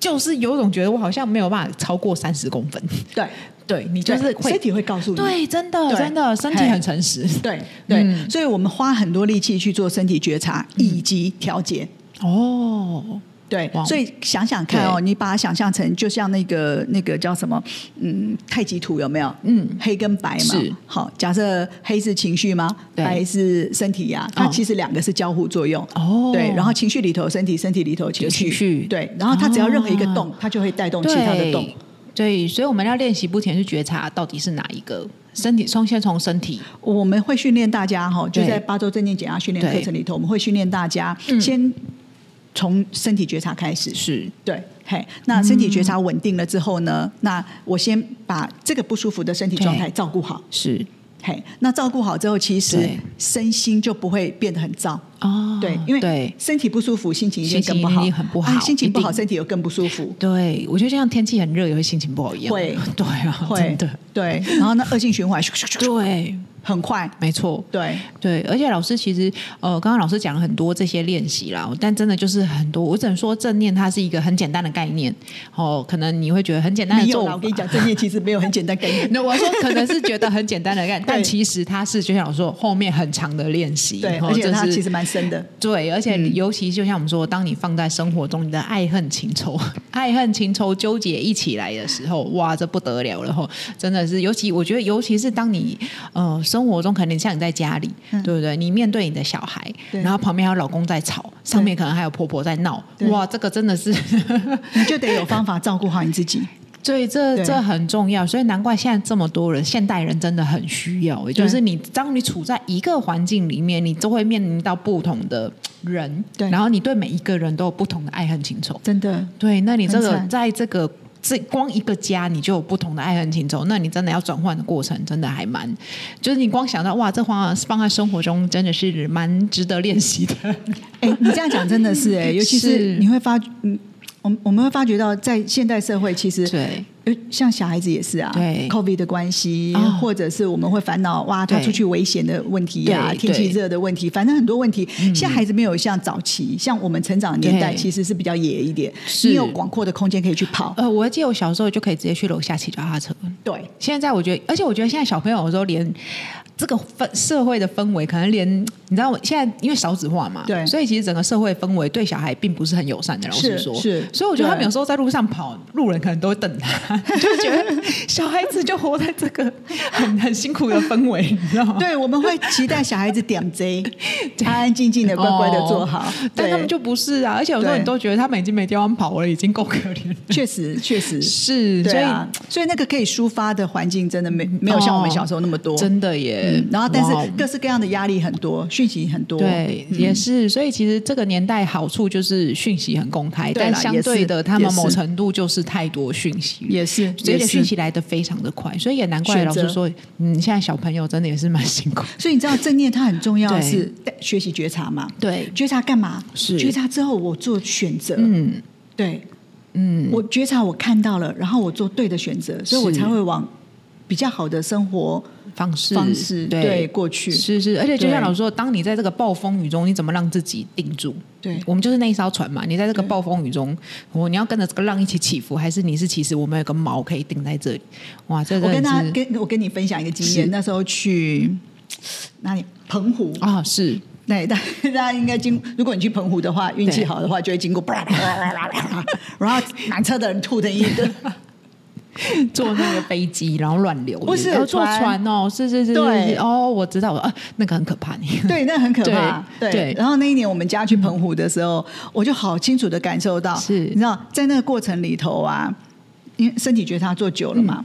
Speaker 2: 就是有种觉得我好像没有办法超过三十公分，
Speaker 3: 对，
Speaker 2: 对你就是
Speaker 3: 对
Speaker 2: 会
Speaker 3: 身体会告诉你，
Speaker 2: 对，真的
Speaker 3: 对
Speaker 2: 真的身体
Speaker 3: 嘿
Speaker 2: 很诚实，
Speaker 3: 对对、
Speaker 2: 嗯
Speaker 3: 所以我们花很多力气去做身体觉察以及调节。
Speaker 2: 哦，
Speaker 3: 对
Speaker 2: 哇，
Speaker 3: 所以想想看哦，
Speaker 2: 对
Speaker 3: 你把它想象成就像那个那个叫什么，嗯，太极图有没有？
Speaker 2: 嗯
Speaker 3: 黑跟白嘛
Speaker 2: 是。
Speaker 3: 好，假设黑是情绪吗？
Speaker 2: 对
Speaker 3: 白是身体呀、它
Speaker 2: 哦
Speaker 3: 其实两个是交互作用。
Speaker 2: 哦
Speaker 3: 对，然后情绪里头有身体，身体里头有情绪。
Speaker 2: 有情绪
Speaker 3: 对，然后它只要任何一个动，
Speaker 2: 啊
Speaker 3: 它就会带动其
Speaker 2: 对，
Speaker 3: 他的动。
Speaker 2: 对，所以我们要练习不停地去觉察到底是哪一个身体，从先从身体
Speaker 3: 我们会训练大家哈，就
Speaker 2: 对
Speaker 3: 在八周正念减压训练
Speaker 2: 对
Speaker 3: 课程里头，我们会训练大家
Speaker 2: 嗯
Speaker 3: 先从身体觉察开始。
Speaker 2: 是
Speaker 3: 对，嘿，那身体觉察
Speaker 2: 嗯
Speaker 3: 稳定了之后呢，那我先把这个不舒服的身体状态
Speaker 2: 对
Speaker 3: 照顾好。
Speaker 2: 是
Speaker 3: 嘿，那照顾好之后，其实
Speaker 2: 对
Speaker 3: 身心就不会变得很燥。
Speaker 2: 哦，
Speaker 3: 对，因为
Speaker 2: 对。
Speaker 3: 身体不舒服，心情一定
Speaker 2: 心
Speaker 3: 更
Speaker 2: 情
Speaker 3: 不
Speaker 2: 一
Speaker 3: 好，
Speaker 2: 定很不好
Speaker 3: 啊心情不好，
Speaker 2: 一定
Speaker 3: 身体又更不舒服。
Speaker 2: 对，我觉得就像天气很热也会心情不好一样，
Speaker 3: 会
Speaker 2: 对啊，
Speaker 3: 会
Speaker 2: 真的，
Speaker 3: 对，然后呢，恶性循环，咻咻咻咻
Speaker 2: 对，
Speaker 3: 很快，
Speaker 2: 没错，
Speaker 3: 对，
Speaker 2: 对，而且老师其实呃，刚刚老师讲了很多这些练习啦，但真的就是很多，我只能说正念它是一个很简单的概念哦，可能你会觉得很简单的
Speaker 3: 没有
Speaker 2: 做
Speaker 3: 啦，
Speaker 2: 法
Speaker 3: 我跟你讲，正念其实没有很简单概 念。
Speaker 2: 那我说可能是觉得很简单的 干，但
Speaker 3: 对
Speaker 2: 其实它是就像我说后面很长的练习，
Speaker 3: 对，
Speaker 2: 哦
Speaker 3: 而且
Speaker 2: 这
Speaker 3: 它
Speaker 2: 是
Speaker 3: 其实蛮深 的。
Speaker 2: 对，而且
Speaker 3: 嗯
Speaker 2: 尤其就像我们说，当你放在生活中你的爱恨情仇、 爱恨情仇纠结一起来的时候，哇，这不得了了吼！真的是，尤其我觉得，尤其是当你呃生活中，可能像你在家里，对不对？你面对你的小孩，
Speaker 3: 嗯对
Speaker 2: 然后旁边还有老公在吵，上面可能还有婆婆在闹，
Speaker 3: 对
Speaker 2: 哇，这个真的是。
Speaker 3: 你就得有方法照顾好你自己。
Speaker 2: 对，这
Speaker 3: 对
Speaker 2: 这很重要，所以难怪现在这么多人，现代人真的很需要。也就是你，当你处在一个环境里面，你就会面临到不同的人，
Speaker 3: 对
Speaker 2: 然后你对每一个人都有不同的爱恨情仇。
Speaker 3: 真的，
Speaker 2: 对，那你这
Speaker 3: 很
Speaker 2: 个
Speaker 3: 惨
Speaker 2: 在这个这光一个家，你就有不同的爱恨情仇，那你真的要转换的过程，真的还蛮，就是你光想到哇，这放放在生活中真的是蛮值得练习的。
Speaker 3: 哎、你这样讲真 的是哎、尤其
Speaker 2: 是
Speaker 3: 是你会发，嗯，我们我们会发觉到，在现代社会，其实
Speaker 2: 对，
Speaker 3: 呃像小孩子也是啊
Speaker 2: 对
Speaker 3: ，COVID 的关系，
Speaker 2: 哦
Speaker 3: 或者是我们会烦恼哇，他
Speaker 2: 对
Speaker 3: 出去危险的问题呀、
Speaker 2: 对
Speaker 3: 天气
Speaker 2: 对
Speaker 3: 热的问题，反正很多问题。现在孩子没有像早期，像我们成长的年代，
Speaker 2: 对
Speaker 3: 其实是比较野一点，
Speaker 2: 是
Speaker 3: 你有广阔的空间可以去跑。
Speaker 2: 呃，我还记得我小时候就可以直接去楼下骑脚踏车。
Speaker 3: 对，
Speaker 2: 现在我觉得，而且我觉得现在小朋友有时候连这个氛社会的氛围，可能连你知道，我现在因为少子化嘛，
Speaker 3: 对
Speaker 2: 所以其实整个社会氛围对小孩并不是很友善的。老实
Speaker 3: 是
Speaker 2: 说，
Speaker 3: 是
Speaker 2: 所以我觉得他们
Speaker 3: 对
Speaker 2: 有时候在路上跑，路人可能都会瞪他， 就觉得小孩子就活在这个很很辛苦的氛围，你知道 吗？
Speaker 3: 对，我们会期待小孩子点 J，安安静静的、乖乖的做好
Speaker 2: 哦，但他们
Speaker 3: 对
Speaker 2: 就不是啊，而且有时候
Speaker 3: 对
Speaker 2: 你都觉得他们已经没地方跑了，已经够可怜了。
Speaker 3: 确实确实
Speaker 2: 是，
Speaker 3: 对
Speaker 2: 所以、
Speaker 3: 啊，所以那个可以抒发的环境真的没没有像我们小时候那么多。
Speaker 2: 嗯哦真的耶。
Speaker 3: 嗯然后，但
Speaker 2: 哇哦
Speaker 3: 是各式各样的压力很多，讯息很多。嗯
Speaker 2: 对，也是。所以其实这个年代好处就是讯息很公开，
Speaker 3: 对啦
Speaker 2: 但相对的，
Speaker 3: 也是
Speaker 2: 他们某
Speaker 3: 也是
Speaker 2: 程度就是太多讯息，
Speaker 3: 也是
Speaker 2: 所以
Speaker 3: 也是
Speaker 2: 讯息来的非常的快，所以也难怪
Speaker 3: 选
Speaker 2: 老
Speaker 3: 择
Speaker 2: 师说，嗯，现在小朋友真的也是蛮辛苦。
Speaker 3: 所以你知道正念它很重要的
Speaker 2: 对
Speaker 3: 是学习觉察嘛？
Speaker 2: 对
Speaker 3: 觉察干嘛？
Speaker 2: 是
Speaker 3: 觉察之后我做选择。
Speaker 2: 嗯
Speaker 3: 对，
Speaker 2: 嗯，
Speaker 3: 我觉察我看到了，然后我做对的选择，所以我
Speaker 2: 是
Speaker 3: 才会往比较好的生活
Speaker 2: 方式
Speaker 3: 方式对
Speaker 2: 对。
Speaker 3: 过去。
Speaker 2: 是是，而且就像
Speaker 3: 对
Speaker 2: 老师说，当你在这个暴风雨中，你怎么让自己定住？
Speaker 3: 对
Speaker 2: 我们就是那一艘船嘛。你在这个暴风雨中，我你要跟着这个浪一起起伏，还是你是其实我们有个锚可以定在这里？哇，这
Speaker 3: 我
Speaker 2: 真
Speaker 3: 跟
Speaker 2: 的
Speaker 3: 他
Speaker 2: 是
Speaker 3: 跟我跟你分享一个经验
Speaker 2: 是，
Speaker 3: 那时候去哪里？澎湖
Speaker 2: 啊，是
Speaker 3: 对，大 大家应该经，
Speaker 2: 嗯
Speaker 3: 如果你去澎湖的话，运气好的话，就会 经过啪啦啪啦啪啦啪啦，然后满车的人吐成一 堆。
Speaker 2: 坐那个飞机，然后乱流，
Speaker 3: 不是
Speaker 2: 然后坐
Speaker 3: 船
Speaker 2: 船哦，是是是是
Speaker 3: 对
Speaker 2: 是哦，我知道了，啊，那个很可怕，你
Speaker 3: 对，那很可怕。
Speaker 2: 对
Speaker 3: 对，
Speaker 2: 对
Speaker 3: 然后那一年我们家去澎湖的时候，我就好清楚的感受到，
Speaker 2: 嗯是
Speaker 3: 你知道，在那个过程里头啊，因为身体觉察做久了嘛，
Speaker 2: 嗯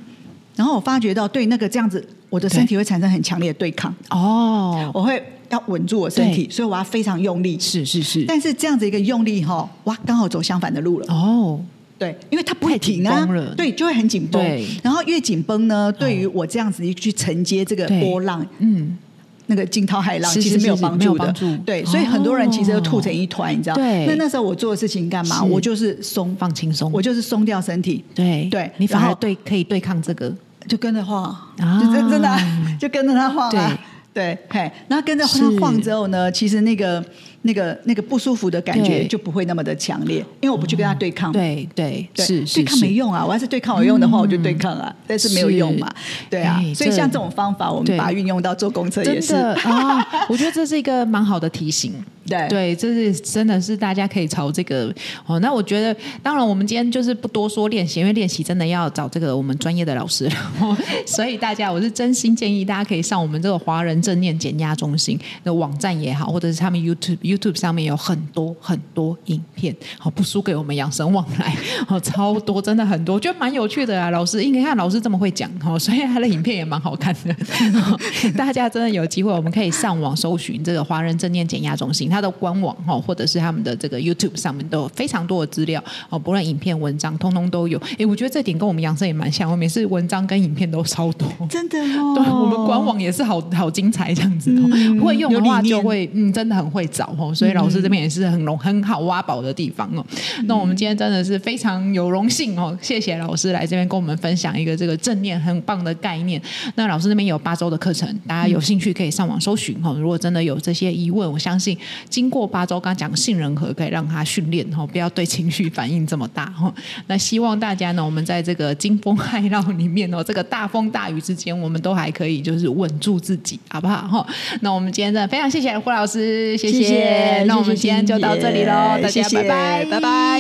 Speaker 3: 然后我发觉到对那个这样子，我的身体会产生很强烈的对抗，
Speaker 2: 哦，
Speaker 3: 我会要稳住我身体，
Speaker 2: 对
Speaker 3: 所以我要非常用力。
Speaker 2: 是是是，
Speaker 3: 但是这样子一个用力哈、哇，刚好走相反的路了。
Speaker 2: 哦，
Speaker 3: 对，因为它不会停啊
Speaker 2: 太紧绷了，
Speaker 3: 对，就会很紧绷
Speaker 2: 对。哦
Speaker 3: 然后越紧绷呢，对于我这样子去承接这个
Speaker 2: 对
Speaker 3: 波浪，
Speaker 2: 嗯，
Speaker 3: 那个惊涛骇浪，
Speaker 2: 是
Speaker 3: 其
Speaker 2: 是
Speaker 3: 实没有
Speaker 2: 是
Speaker 3: 帮
Speaker 2: 没有
Speaker 3: 助的。
Speaker 2: 帮助
Speaker 3: 对，所以很多人其
Speaker 2: 哦
Speaker 3: 实都吐成一团，你知道？
Speaker 2: 对
Speaker 3: 那那时候我做的事情干嘛？
Speaker 2: 是
Speaker 3: 我就是松，
Speaker 2: 放轻松，
Speaker 3: 我就是松掉身体，
Speaker 2: 对
Speaker 3: 对
Speaker 2: 你反
Speaker 3: 然
Speaker 2: 而
Speaker 3: 后
Speaker 2: 对可以对抗这个，
Speaker 3: 就跟着晃，
Speaker 2: 啊
Speaker 3: 就真真的 啊就跟着他晃啊
Speaker 2: 对。
Speaker 3: 对，嘿，然后跟着他晃之后呢，其实那个那个那个不舒服的感觉
Speaker 2: 对
Speaker 3: 就不会那么的强烈，因为我不去跟他对抗。
Speaker 2: 对对
Speaker 3: 嗯对
Speaker 2: 是
Speaker 3: 对
Speaker 2: 是
Speaker 3: 抗没
Speaker 2: 是，嗯
Speaker 3: 用啊！我要是对抗有用的话，我就对抗啊，但是没有用嘛，对啊
Speaker 2: 哎。
Speaker 3: 所以
Speaker 2: 这
Speaker 3: 像这种方法，我们
Speaker 2: 对
Speaker 3: 把它运用到坐公车也
Speaker 2: 真
Speaker 3: 是，
Speaker 2: 的啊、我觉得这是一个蛮好的提醒。
Speaker 3: 对
Speaker 2: 对，这是真的是大家可以朝这个哦。那我觉得，当然我们今天就是不多说练习，因为练习真的要找这个我们专业的老师。然后， 所以大家，我是真心建议大家可以上我们这个华人正念减压中心的网站也好，或者是他们 YouTube YouTube 上面有很多很多影片，好、不输给我们养生往来，哦，超多，真的很多，我觉得蛮有趣的啊。老师，应该看老师这么会讲哦，所以他的影片也蛮好看的。哦大家真的有机会，我们可以上网搜寻这个华人正念减压中心，它的官网哈，哦或者是他们的这个 YouTube 上面都有非常多的资料哦，不论影片、文章，通通都有。诶，我觉得这点跟我们养生也蛮像，我们也是文章跟影片都超多。
Speaker 3: 真的哦。
Speaker 2: 对，我们官网也是好好精彩这样子哦，
Speaker 3: 嗯
Speaker 2: 会用
Speaker 3: 有
Speaker 2: 的
Speaker 3: 理
Speaker 2: 话就
Speaker 3: 念
Speaker 2: 会嗯，真的很会找哦，所以老师这边也是很容很好挖宝的地方哦。
Speaker 3: 嗯
Speaker 2: 那我们今天真的是非常有荣幸哦，谢谢老师来这边跟我们分享一个这个正念很棒的概念。那老师那边有八周的课程，大家有兴趣可以上网搜寻哦。如果真的有这些疑问，我相信经过八周，刚刚讲杏仁核可以让他训练哦，不要对情绪反应这么大哦。那希望大家呢，我们在这个惊风骇浪里面哦，这个大风大雨之间，我们都还可以就是稳住自己，好不好？哈、那我们今天真的非常谢谢胡老师，谢
Speaker 3: 谢谢，
Speaker 2: 那我们今天就到这里喽，大
Speaker 3: 谢
Speaker 2: 家
Speaker 3: 谢
Speaker 2: 拜拜，
Speaker 3: 拜拜。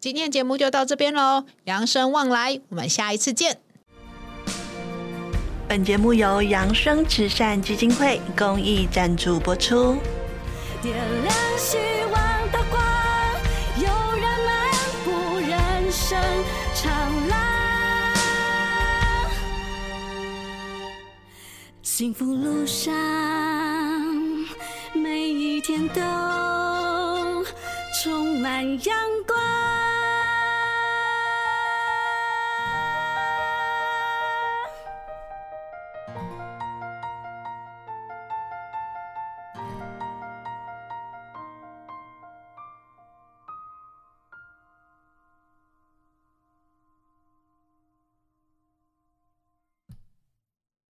Speaker 1: 今天节目就到这边喽，扬生望来，我们下一次见。
Speaker 4: 本节目由扬生慈善基金会公益赞助播出。
Speaker 5: 点亮希望的光，有人漫步人生长廊，幸福路上每一天都充满阳光。